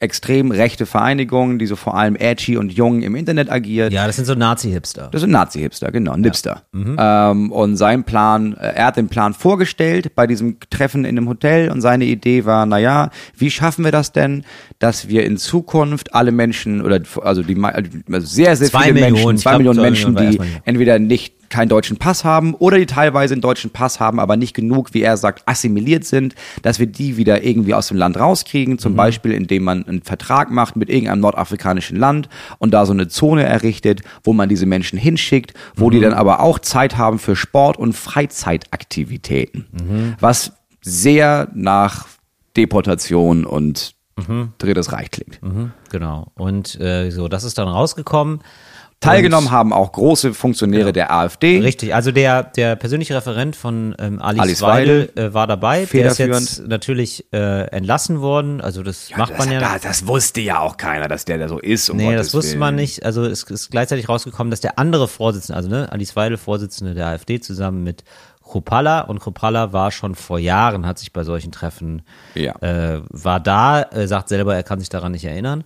C: extrem rechte Vereinigung, die so vor allem edgy und jung im Internet agiert.
B: Ja, das sind so Nazi-Hipster.
C: Das sind Nazi-Hipster, genau, Nipster. Ähm, und sein Plan, äh, er hat den Plan vorgestellt bei diesem Treffen in einem Hotel und seine Idee war, naja, wie schaffen wir das denn, dass wir in Zukunft alle Menschen oder also die mei- also sehr, sehr
B: Zwei
C: viele
B: Millionen,
C: Menschen,
B: ich
C: zwei
B: glaub,
C: Millionen
B: zwei
C: Menschen,
B: Millionen
C: die
B: war erstmal-
C: entweder nicht keinen deutschen Pass haben oder die teilweise einen deutschen Pass haben, aber nicht genug, wie er sagt, assimiliert sind, dass wir die wieder irgendwie aus dem Land rauskriegen,
B: Mhm.
C: zum Beispiel indem man einen Vertrag macht mit irgendeinem nordafrikanischen Land und da so eine Zone errichtet, wo man diese Menschen hinschickt, wo
B: Mhm.
C: die dann aber auch Zeit haben für Sport und Freizeitaktivitäten,
B: Mhm.
C: was sehr nach Deportation und
B: Mhm.
C: Drittes Reich klingt.
B: Genau. Und äh, so, das ist dann rausgekommen.
C: Teilgenommen haben auch große Funktionäre der AfD.
B: Richtig, also der, der persönliche Referent von ähm, Alice,
C: Alice
B: Weidel äh, war dabei. Der ist jetzt
C: Federführend.
B: natürlich äh, entlassen worden. Also das macht
C: das,
B: man ja.
C: da- das wusste ja auch keiner, dass der da so ist. Um
B: Nee,
C: Gottes
B: das wusste
C: Willen.
B: man nicht. Also es ist gleichzeitig rausgekommen, dass der andere Vorsitzende, also ne, Alice Weidel, Vorsitzende der AfD, zusammen mit Chopalla und Chopalla war schon vor Jahren, hat sich bei solchen Treffen,
C: Ja.
B: äh, war da, äh, sagt selber, er kann sich daran nicht erinnern.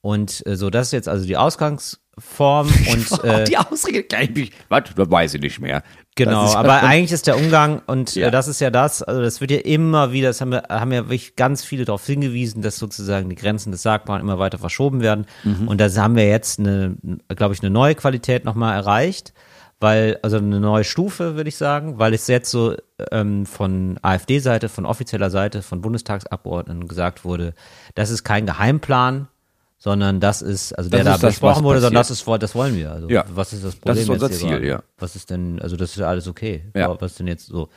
B: Und äh, so, das ist jetzt also die Ausgangsform und
C: Auch
B: äh,
C: die Ausrede gleich. Was? Das weiß ich nicht mehr.
B: Genau,
C: Das ist-
B: aber eigentlich ist der Umgang und
C: Ja.
B: äh, das ist ja das, also das wird ja immer wieder, das haben wir, haben ja wirklich ganz viele darauf hingewiesen, dass sozusagen die Grenzen des Sagbaren immer weiter verschoben werden
C: Mhm.
B: und da haben wir jetzt eine, glaube ich, eine neue Qualität nochmal erreicht, weil, also eine neue Stufe, würde ich sagen, weil es jetzt so ähm, von AfD-Seite, von offizieller Seite, von Bundestagsabgeordneten gesagt wurde, das ist kein Geheimplan, sondern das ist, also der
C: ist
B: da
C: das, was
B: besprochen wurde, sondern das ist,
C: passiert.
B: das wollen wir. Also
C: Ja.
B: was ist das Problem?
C: Das ist unser
B: jetzt
C: Ziel,
B: gerade?
C: ja.
B: was ist denn, also das ist ja alles okay.
C: Ja.
B: Wa- Was denn jetzt so?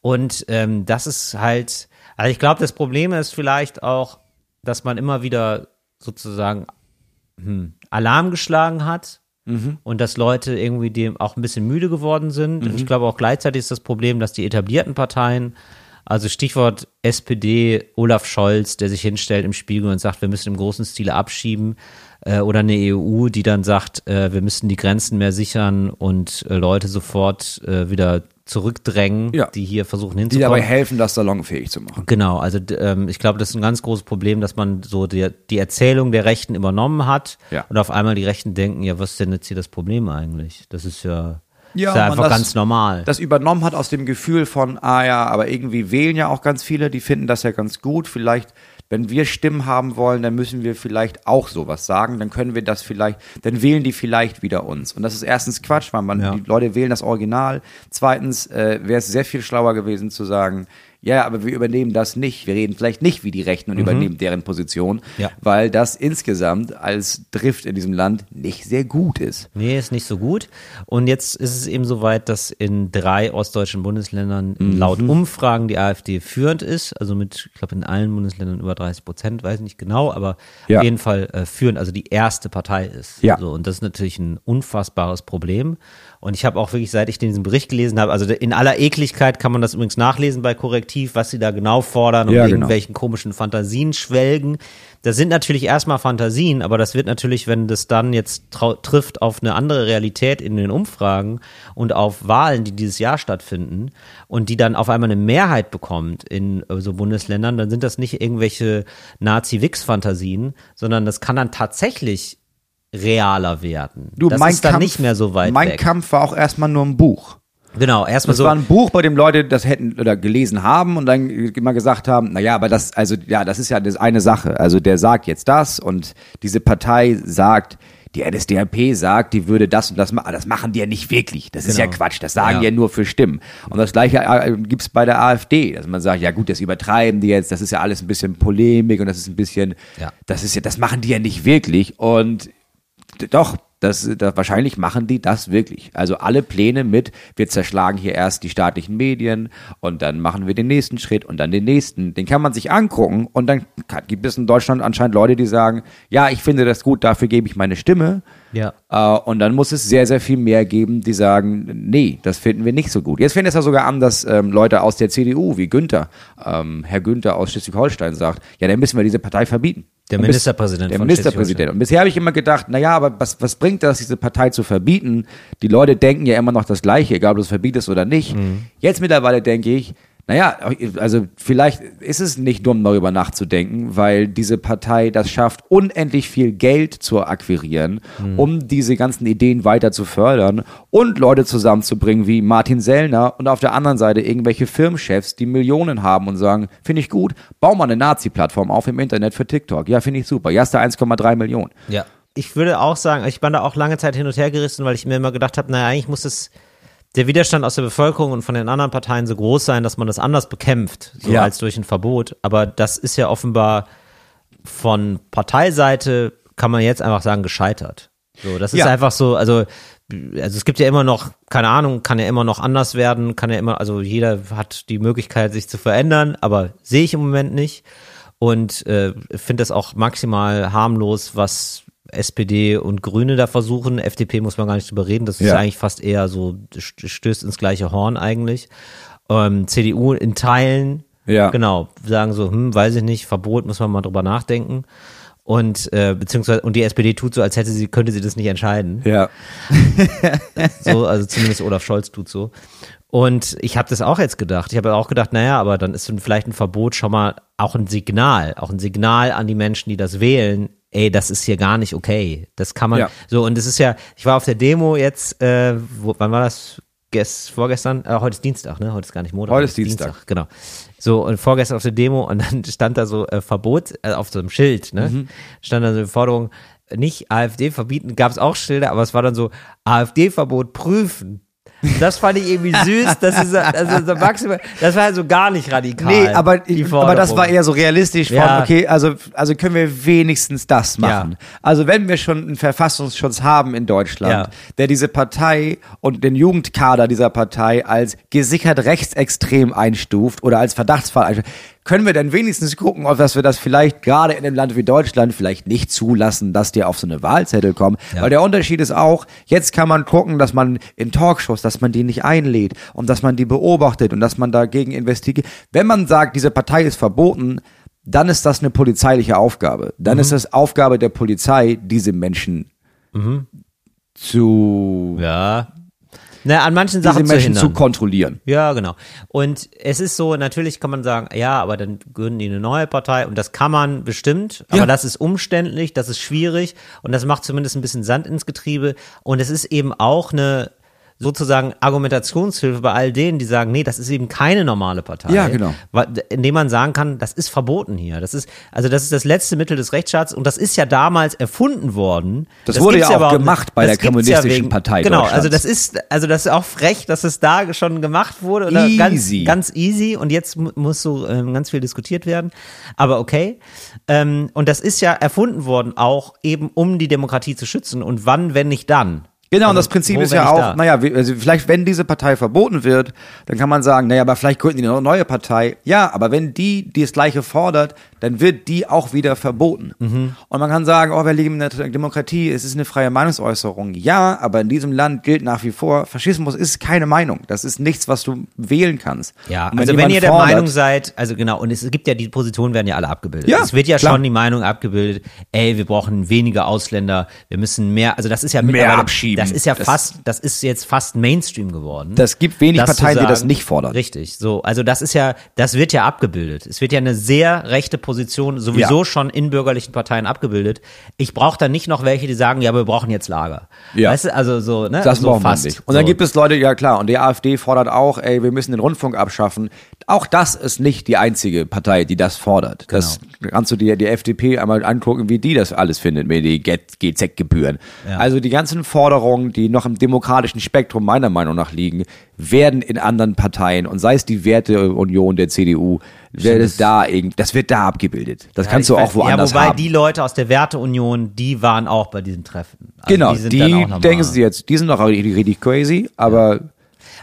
B: Und ähm, das ist halt, also ich glaube, das Problem ist vielleicht auch, dass man immer wieder sozusagen hm, Alarm geschlagen hat
C: Mhm.
B: und dass Leute irgendwie
C: Mhm.
B: dem auch ein bisschen müde geworden sind. Und ich glaube auch gleichzeitig ist das Problem, dass die etablierten Parteien Also Stichwort SPD, Olaf Scholz, der sich hinstellt im Spiegel und sagt, wir müssen im großen Stile abschieben. Äh, oder eine EU, die dann sagt, äh, wir müssen die Grenzen mehr sichern und äh, Leute sofort äh, wieder zurückdrängen,
C: Ja.
B: die hier versuchen
C: Die
B: hinzukommen.
C: dabei helfen, das salonfähig zu machen.
B: Genau, also d- ähm, ich glaube, das ist ein ganz großes Problem, dass man so die, die Erzählung der Rechten übernommen hat
C: Ja.
B: und auf einmal die Rechten denken, ja, was ist denn jetzt hier das Problem eigentlich? Das ist ja, ist ja
C: man
B: einfach
C: das-
B: ganz normal.
C: Das übernommen hat aus dem Gefühl von, ah ja, aber irgendwie wählen ja auch ganz viele, die finden das ja ganz gut. Vielleicht, wenn wir Stimmen haben wollen, dann müssen wir vielleicht auch sowas sagen. Dann können wir das vielleicht, dann wählen die vielleicht wieder uns. Und das ist erstens Quatsch, weil man,
B: Ja.
C: die Leute wählen das Original. Zweitens äh, wäre es sehr viel schlauer gewesen zu sagen, ja, aber wir übernehmen das nicht. Wir reden vielleicht nicht wie die Rechten und übernehmen deren Position,
B: Mhm. Ja.
C: weil das insgesamt als Drift in diesem Land nicht sehr gut ist.
B: Nee, ist nicht so gut. Und jetzt ist es eben so weit, dass in drei ostdeutschen Bundesländern
C: Mhm.
B: laut Umfragen die AfD führend ist. Also mit, ich glaube, in allen Bundesländern über 30 Prozent, weiß nicht genau, aber
C: Ja.
B: auf jeden Fall äh, führend, also die erste Partei ist.
C: Ja.
B: So, und das ist natürlich ein unfassbares Problem. Und ich habe auch wirklich, seit ich diesen Bericht gelesen habe, also in aller Ekligkeit kann man das übrigens nachlesen bei Korrektiv, was sie da genau fordern und
C: Ja, genau.
B: irgendwelche irgendwelchen komischen Fantasien schwelgen. Das sind natürlich erstmal Fantasien, aber das wird natürlich, wenn das dann jetzt trau- trifft auf eine andere Realität in den Umfragen und auf Wahlen, die dieses Jahr stattfinden und die dann auf einmal eine Mehrheit bekommt in äh, so Bundesländern, dann sind das nicht irgendwelche Nazi-Wix-Fantasien, sondern das kann dann tatsächlich realer werden. das ist dann nicht mehr so weit
C: mein
B: weg.
C: Kampf war auch erstmal nur ein Buch.
B: Genau, erstmal
C: Das
B: so.
C: war ein Buch, bei dem Leute das hätten oder gelesen haben und dann immer gesagt haben, naja, aber das, also ja, das ist ja das eine Sache. Also der sagt jetzt das und diese Partei sagt, die NSDAP sagt, die würde das und das machen. Das machen die ja nicht wirklich. Das ist ja Quatsch. Das sagen die
B: Genau. Ja.
C: ja nur für Stimmen. Und das gleiche äh, gibt's bei der AfD, dass man sagt, ja gut, das übertreiben die jetzt, das ist ja alles ein bisschen Polemik und das ist ein bisschen,
B: Ja.
C: das ist ja, das machen die ja nicht wirklich. Und D- Doch, das, da, wahrscheinlich machen die das wirklich. Also alle Pläne mit, wir zerschlagen hier erst die staatlichen Medien und dann machen wir den nächsten Schritt und dann den nächsten. Den kann man sich angucken und dann kann, gibt es in Deutschland anscheinend Leute, die sagen, ja, ich finde das gut, dafür gebe ich meine Stimme.
B: ja.
C: Äh, und dann muss es sehr, sehr viel mehr geben, die sagen, nee, das finden wir nicht so gut. Jetzt fängt es ja sogar an, dass ähm, Leute aus der CDU, wie Günther, ähm, Herr Günther aus Schleswig-Holstein sagt, ja, dann müssen wir diese Partei verbieten.
B: Der
C: Und bis-
B: Ministerpräsident
C: Der
B: von
C: Ministerpräsident. Und bisher habe ich immer gedacht, naja, aber was, was bringt das, diese Partei zu verbieten? Die Leute denken ja immer noch das Gleiche, egal ob du es verbietest oder nicht.
B: Mhm.
C: Jetzt mittlerweile denke ich, naja, also vielleicht ist es nicht dumm, darüber nachzudenken, weil diese Partei das schafft, unendlich viel Geld zu akquirieren,
B: Hm.
C: um diese ganzen Ideen weiter zu fördern und Leute zusammenzubringen wie Martin Sellner und auf der anderen Seite irgendwelche Firmenchefs, die Millionen haben und sagen, finde ich gut, bau mal eine Nazi-Plattform auf im Internet für TikTok. Ja, finde ich super. Ja, hast du 1,3 Millionen.
B: Ja. Ich würde auch sagen, ich war da auch lange Zeit hin und her gerissen, weil ich mir immer gedacht habe, naja, eigentlich muss das der Widerstand aus der Bevölkerung und von den anderen Parteien so groß sein, dass man das anders bekämpft, so
C: Ja.
B: als durch ein Verbot. Aber das ist ja offenbar von Parteiseite, kann man jetzt einfach sagen, gescheitert. So, das ist
C: Ja.
B: einfach so, also, also es gibt ja immer noch, keine Ahnung, kann ja immer noch anders werden, kann ja immer, also jeder hat die Möglichkeit, sich zu verändern, aber sehe ich im Moment nicht. Und äh, finde das auch maximal harmlos, was SPD und Grüne da versuchen. FDP muss man gar nicht drüber reden, das ist
C: Ja.
B: eigentlich fast eher so, st- stößt ins gleiche Horn eigentlich. Ähm, CDU in Teilen,
C: Ja.
B: genau, sagen so, hm, weiß ich nicht, Verbot, muss man mal drüber nachdenken. Und äh, beziehungsweise und die SPD tut so, als hätte sie könnte sie das nicht entscheiden.
C: Ja.
B: So, also zumindest Olaf Scholz tut so. Und ich habe das auch jetzt gedacht. Ich habe auch gedacht, naja, aber dann ist vielleicht ein Verbot schon mal auch ein Signal, auch ein Signal an die Menschen, die das wählen. Ey, das ist hier gar nicht okay. Das kann man
C: Ja.
B: so und es ist ja. Ich war auf der Demo jetzt. Äh, wo, wann war das? Gest, vorgestern? Äh, heute ist Dienstag, ne? Heute ist gar nicht Montag.
C: Heute ist Dienstag.
B: Genau. So, und vorgestern auf der Demo und dann stand da so äh, Verbot äh, auf so einem Schild, ne?
C: Mhm.
B: Stand da so die Forderung, nicht AfD verbieten, gab es auch Schilder, aber es war dann so, AfD-Verbot prüfen. Das fand ich irgendwie süß, das ist also so maximal, das war so gar nicht radikal.
C: Nee, Äh, aber,
B: die
C: aber das
B: Forderung.
C: war eher so realistisch von,
B: Ja.
C: okay, also, also können wir wenigstens das machen.
B: Ja.
C: Also wenn wir schon einen Verfassungsschutz haben in Deutschland,
B: Ja.
C: der diese Partei und den Jugendkader dieser Partei als gesichert rechtsextrem einstuft oder als Verdachtsfall einstuft, können wir dann wenigstens gucken, ob dass wir das vielleicht gerade in einem Land wie Deutschland vielleicht nicht zulassen, dass die auf so eine Wahlzettel kommen. Weil der Unterschied ist auch, jetzt kann man gucken, dass man in Talkshows, dass dass man die nicht einlädt und dass man die beobachtet und dass man dagegen investigiert. Wenn man sagt, diese Partei ist verboten, dann ist das eine polizeiliche Aufgabe. Dann ist es Aufgabe der Polizei, diese Menschen zu,
B: Ja. Na, ne, an manchen
C: diese
B: Sachen zu
C: Menschen zu
B: hindern.
C: kontrollieren.
B: Ja, genau. Und es ist so, natürlich kann man sagen, ja, aber dann gründen die eine neue Partei und das kann man bestimmt, aber
C: Ja.
B: das ist umständlich, das ist schwierig und das macht zumindest ein bisschen Sand ins Getriebe und es ist eben auch eine sozusagen Argumentationshilfe bei all denen, die sagen, nee, das ist eben keine normale Partei.
C: Ja, genau.
B: Wa- Indem man sagen kann, das ist verboten hier. Das ist, also das ist das letzte Mittel des Rechtsstaats und das ist ja damals erfunden worden.
C: Das wurde
B: gibt's
C: ja auch
B: überhaupt
C: gemacht
B: nicht.
C: bei der
B: gibt's
C: Kommunistischen Partei
B: Genau,
C: Deutschlands.
B: also das ist, also das ist auch frech, dass es da schon gemacht wurde oder
C: Easy.
B: ganz, ganz easy und jetzt mu- muss so ähm, ganz viel diskutiert werden. Aber okay. Ähm, und das ist ja erfunden worden auch eben, um die Demokratie zu schützen. Und wann, wenn nicht dann?
C: Genau, und
B: Also,
C: das Prinzip
B: wo
C: ist
B: wenn
C: ja
B: nicht
C: auch,
B: da?
C: naja, wie- also vielleicht, wenn diese Partei verboten wird, dann kann man sagen, naja, aber vielleicht gründen die eine neue Partei. Ja, aber wenn die, die das Gleiche fordert, dann wird die auch wieder verboten.
B: Mhm.
C: Und man kann sagen, oh, wir leben in einer Demokratie, es ist eine freie Meinungsäußerung. Ja, aber in diesem Land gilt nach wie vor, Faschismus ist keine Meinung. Das ist nichts, was du wählen kannst.
B: Ja,
C: Und
B: also wenn
C: jemand
B: ihr der
C: fordert-
B: Meinung seid, also genau, und es gibt ja, die Positionen werden ja alle abgebildet.
C: Ja,
B: es wird ja
C: klar.
B: schon die Meinung abgebildet, ey, wir brauchen weniger Ausländer, wir müssen mehr, also das ist ja mittlerweile-
C: abschieben.
B: Das ist ja
C: Das-
B: fast, das ist jetzt fast Mainstream geworden.
C: Das gibt wenig
B: das zu
C: Parteien, die das
B: sagen.
C: nicht fordern.
B: Richtig, so, also das ist ja, das wird ja abgebildet. Es wird ja eine sehr rechte Position sowieso
C: Ja.
B: schon in bürgerlichen Parteien abgebildet. Ich brauche dann nicht noch welche, die sagen, ja, wir brauchen jetzt Lager.
C: Ja.
B: Weißt du, also so, ne?
C: Das
B: so
C: brauchen
B: fast.
C: wir nicht. Und dann
B: so.
C: gibt es Leute, ja klar, und die AfD fordert auch, ey, wir müssen den Rundfunk abschaffen. Auch das ist nicht die einzige Partei, die das fordert. Das
B: Genau.
C: kannst du dir die FDP einmal angucken, wie die das alles findet mit den Get- GZ-Gebühren. Also die ganzen Forderungen, die noch im demokratischen Spektrum meiner Meinung nach liegen, werden in anderen Parteien und sei es die Werteunion der CDU, wird es da irgend, das wird da abgebildet. Das kannst
B: Ja,
C: du
B: ich
C: auch
B: weiß-
C: woanders
B: Ja, wobei
C: haben.
B: die Leute aus der Werteunion, die waren auch bei diesem Treffen. Also
C: genau,
B: die, sind
C: die,
B: dann auch noch mal-
C: denken sie jetzt, die sind doch richtig, richtig crazy, aber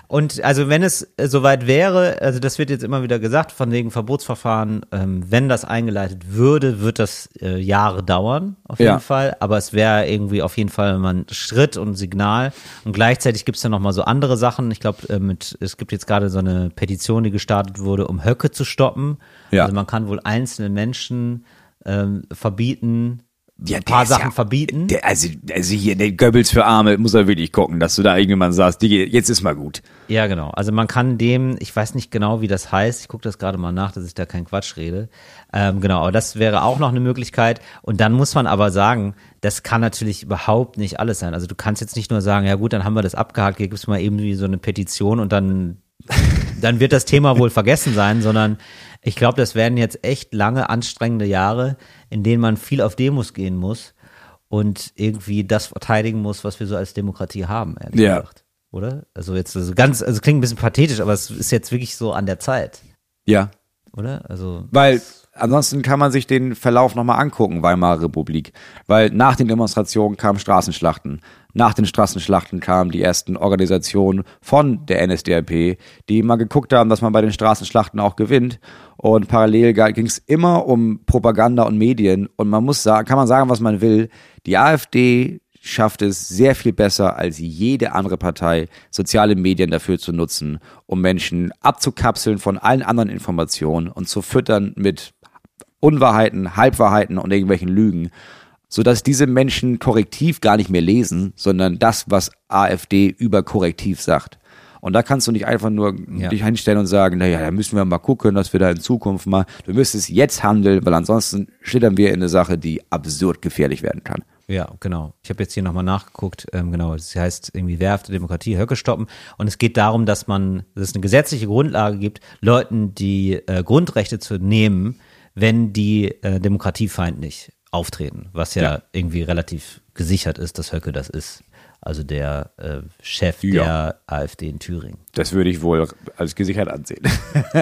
B: Und also wenn es äh, soweit wäre, also das wird jetzt immer wieder gesagt, von wegen Verbotsverfahren, ähm, wenn das eingeleitet würde, wird das äh, Jahre dauern, auf jeden
C: Ja.
B: Fall. Aber es wäre irgendwie auf jeden Fall mal ein Schritt und ein Signal. Und gleichzeitig gibt es dann nochmal so andere Sachen. Ich glaube, äh, mit- es gibt jetzt gerade so eine Petition, die gestartet wurde, um Höcke zu stoppen.
C: Ja.
B: Also man kann wohl einzelnen Menschen ähm, verbieten,
C: Ja,
B: ein
C: der
B: paar
C: ist
B: Sachen
C: ja-
B: verbieten.
C: Der, also, also hier, der Goebbels für Arme, muss er wirklich gucken, dass du da irgendjemand sagst, Digi, jetzt ist mal gut.
B: Ja, genau. Also man kann dem, ich weiß nicht genau, wie das heißt, ich gucke das gerade mal nach, dass ich da keinen Quatsch rede. Ähm, genau, aber das wäre auch noch eine Möglichkeit. Und dann muss man aber sagen, das kann natürlich überhaupt nicht alles sein. Also du kannst jetzt nicht nur sagen, ja gut, dann haben wir das abgehakt, hier gibt's mal eben wie so eine Petition und dann, dann wird das Thema wohl vergessen sein, sondern ich glaube, das werden jetzt echt lange, anstrengende Jahre, in denen man viel auf Demos gehen muss und irgendwie das verteidigen muss, was wir so als Demokratie haben, ehrlich
C: Ja.
B: gesagt oder? Also jetzt also ganz, also klingt ein bisschen pathetisch, aber es ist jetzt wirklich so an der Zeit,
C: Ja,
B: oder? Also
C: weil ansonsten kann man sich den Verlauf nochmal angucken, Weimarer Republik. Weil nach den Demonstrationen kamen Straßenschlachten. Nach den Straßenschlachten kamen die ersten Organisationen von der NSDAP, die immer geguckt haben, dass man bei den Straßenschlachten auch gewinnt. Und parallel ging es immer um Propaganda und Medien. Und man muss sagen, kann man sagen, was man will. Die AfD schafft es sehr viel besser als jede andere Partei, soziale Medien dafür zu nutzen, um Menschen abzukapseln von allen anderen Informationen und zu füttern mit Unwahrheiten, Halbwahrheiten und irgendwelchen Lügen, sodass diese Menschen korrektiv gar nicht mehr lesen, sondern das, was AfD über korrektiv sagt. Und da kannst du nicht einfach nur dich hinstellen und sagen, naja, da müssen wir mal gucken, dass wir da in Zukunft mal, du müsstest jetzt handeln, weil ansonsten schlittern wir in eine Sache, die absurd gefährlich werden kann.
B: ja, genau. Ich habe jetzt hier nochmal nachgeguckt, ähm, genau, es heißt irgendwie wehrhafte Demokratie, Höcke stoppen. Und es geht darum, dass man, dass es eine gesetzliche Grundlage gibt, Leuten die äh, Grundrechte zu nehmen, wenn die äh, demokratiefeindlich auftreten, was ja,
C: Ja.
B: irgendwie relativ gesichert ist, dass Höcke das ist. Also der äh, Chef
C: Ja.
B: der AfD in Thüringen.
C: Das würde ich wohl als gesichert ansehen.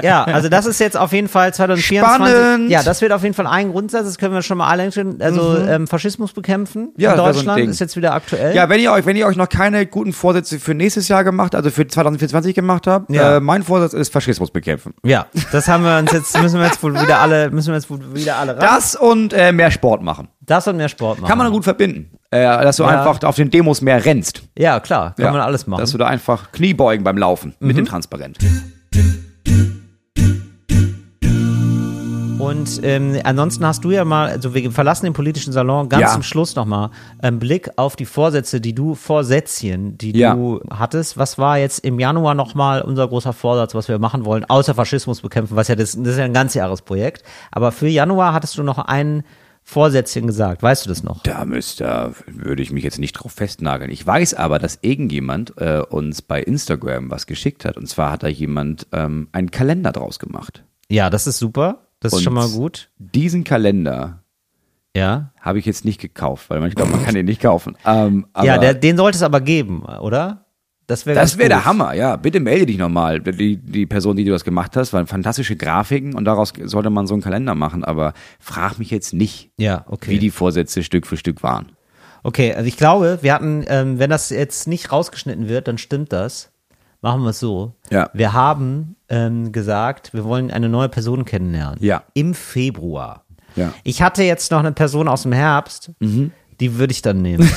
B: Ja, also das ist jetzt auf jeden Fall 2024.
C: Spannend. Mhm.
B: Ja, das wird auf jeden Fall ein Grundsatz. Das können wir schon mal alle hinstellen. Also ähm, Faschismus bekämpfen
C: Ja,
B: in
C: das wär so ein
B: Deutschland
C: Ding.
B: ist jetzt wieder aktuell.
C: ja, wenn ihr euch, wenn ihr euch noch keine guten Vorsätze für nächstes Jahr gemacht, also für 2024 gemacht habt,
B: Ja.
C: äh, mein Vorsatz ist Faschismus bekämpfen.
B: ja, das haben wir uns jetzt müssen wir jetzt wohl wieder alle müssen wir jetzt wohl wieder alle ran.
C: Das und äh, mehr Sport machen.
B: Das und mehr Sport machen.
C: Kann man gut verbinden. Äh, dass du
B: Ja.
C: einfach auf den Demos mehr rennst.
B: Ja, klar, kann
C: Ja.
B: man alles machen.
C: Dass du da einfach Kniebeugen beim Laufen mit dem Transparent.
B: Und ähm, ansonsten hast du ja mal, also wir verlassen den politischen Salon ganz
C: Ja.
B: zum Schluss nochmal, einen Blick auf die Vorsätze, die du, Vorsätzchen, die
C: Ja.
B: du hattest. Was war jetzt im Januar nochmal unser großer Vorsatz, was wir machen wollen, außer Faschismus bekämpfen, was ja das, das ist ja ein ganzjahresprojekt. Aber für Januar hattest du noch einen Vorsätzchen gesagt, weißt du das noch?
C: Da müsste, da würde ich mich jetzt nicht drauf festnageln. Ich weiß aber, dass irgendjemand äh, uns bei Instagram was geschickt hat. Und zwar hat da jemand ähm, einen Kalender draus gemacht.
B: Ja, das ist super, das ist
C: Und
B: schon mal gut.
C: Diesen Kalender
B: Ja,
C: habe ich jetzt nicht gekauft, weil man, ich glaube, man kann den nicht kaufen. Ähm, aber
B: ja der, den sollte es aber geben, oder? Das wäre
C: das
B: ganz
C: wäre der
B: gut.
C: Hammer, ja. Bitte melde dich nochmal. Die, die Person, die du das gemacht hast, waren fantastische Grafiken und daraus sollte man so einen Kalender machen. Aber frag mich jetzt nicht,
B: Ja, okay.
C: wie die Vorsätze Stück für Stück waren.
B: Okay, also ich glaube, wir hatten, ähm, wenn das jetzt nicht rausgeschnitten wird, dann stimmt das. Machen wir es so.
C: Ja.
B: Wir haben ähm, gesagt, wir wollen eine neue Person kennenlernen.
C: Ja.
B: Im Februar.
C: Ja. Mhm.
B: Ich hatte jetzt noch eine Person aus dem Herbst, die würde ich dann nehmen.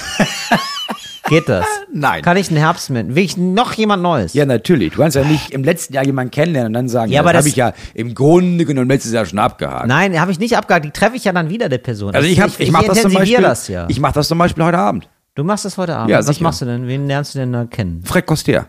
B: Geht das?
C: Nein.
B: Kann ich einen Herbst mit? Will ich noch jemand Neues?
C: Ja, natürlich. Du kannst ja nicht im letzten Jahr jemanden kennenlernen und dann sagen,
B: Ja,
C: ja,
B: aber
C: das
B: das-
C: habe ich ja im Grunde genommen letztes Jahr schon abgehakt.
B: Nein, habe ich nicht abgehakt. Die treffe ich ja dann wieder der Person.
C: also
B: Das-
C: ich, hab, ich, mache das zum
B: intensiviere
C: Beispiel.
B: das ja.
C: Ich mache das zum Beispiel heute Abend.
B: du machst das heute Abend.
C: Ja,
B: Was
C: sicher.
B: machst du denn? Wen lernst du denn da kennen?
C: Fred Coster.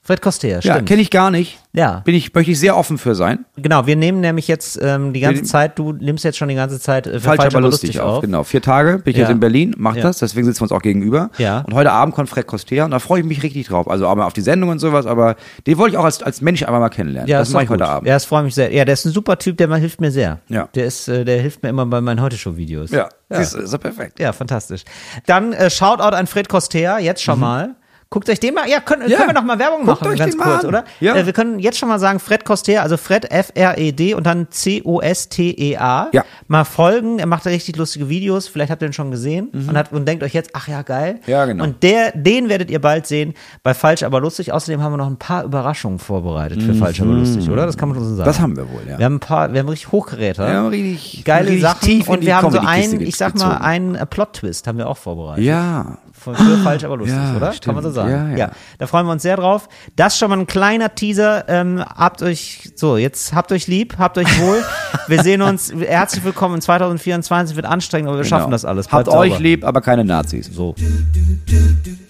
B: Fred Coster,
C: Ja,
B: stimmt.
C: kenne ich gar nicht.
B: Ja.
C: Bin ich, möchte ich sehr offen für sein.
B: Genau, wir nehmen nämlich jetzt ähm, die ganze
C: Wir-
B: Zeit, du nimmst jetzt schon die ganze Zeit äh, für
C: Falsch, aber lustig, auf. Genau. Vier Tage bin ich
B: Ja.
C: jetzt in Berlin, mach
B: Ja.
C: das, deswegen sitzen wir uns auch gegenüber.
B: Ja.
C: Und heute Abend kommt Fred Coster und da freue ich mich richtig drauf. Also aber auf die Sendung und sowas, aber den wollte ich auch als, als Mensch einmal mal kennenlernen.
B: Ja,
C: das
B: ist doch
C: mache ich heute
B: gut.
C: Abend.
B: Ja, das freut mich sehr. Ja, der ist ein super Typ, der mal- hilft mir sehr.
C: Ja.
B: Der ist, äh, der hilft mir immer bei meinen Heute-Show-Videos.
C: Ja,
B: Ja.
C: Siehst du, ist doch perfekt.
B: ja, fantastisch. Dann äh, Shoutout an Fred Coster, jetzt schon mal. Guckt euch den mal, ja, können,
C: Mhm. Ja.
B: können wir noch mal Werbung
C: Guckt
B: machen,
C: euch
B: ganz
C: den mal
B: kurz,
C: an.
B: oder?
C: Ja.
B: Äh, wir können jetzt schon mal sagen, Fred Coster, also Fred F-R-E-D und dann C-O-S-T-E-A.
C: Ja.
B: E Mal folgen, er macht da richtig lustige Videos, vielleicht habt ihr ihn schon gesehen und, hat, und denkt euch jetzt, ach ja, geil.
C: Mhm. Ja, genau.
B: Und der, den werdet ihr bald sehen bei Falsch aber lustig. Außerdem haben wir noch ein paar Überraschungen vorbereitet für Falsch aber lustig, oder? Das kann man schon so sagen.
C: Mhm. Das haben wir wohl, ja.
B: Wir haben ein paar, wir haben richtig Hochgeräte.
C: Wir haben richtig-
B: geile
C: richtig
B: Sachen
C: tief in
B: und
C: die
B: wir haben so
C: Comedy-Kiste
B: einen, ich sag mal,
C: gezogen.
B: einen äh, Plot-Twist haben wir auch vorbereitet.
C: Ja. Ah,
B: Von für falsch, aber lustig,
C: Ja,
B: oder? Kann
C: stimmt.
B: man so sagen.
C: Ja, ja.
B: Da freuen wir uns sehr drauf. Das ist schon mal ein kleiner Teaser. Ähm, habt euch, so, jetzt habt euch lieb, habt euch wohl. wir sehen uns. Herzlich willkommen in 2024. Wird anstrengend, aber wir schaffen
C: Genau.
B: das alles.
C: Habt
B: Bleibt
C: euch
B: sauber.
C: lieb, aber keine Nazis. So.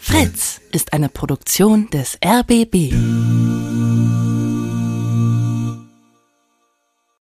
A: Fritz ist eine Produktion des RBB.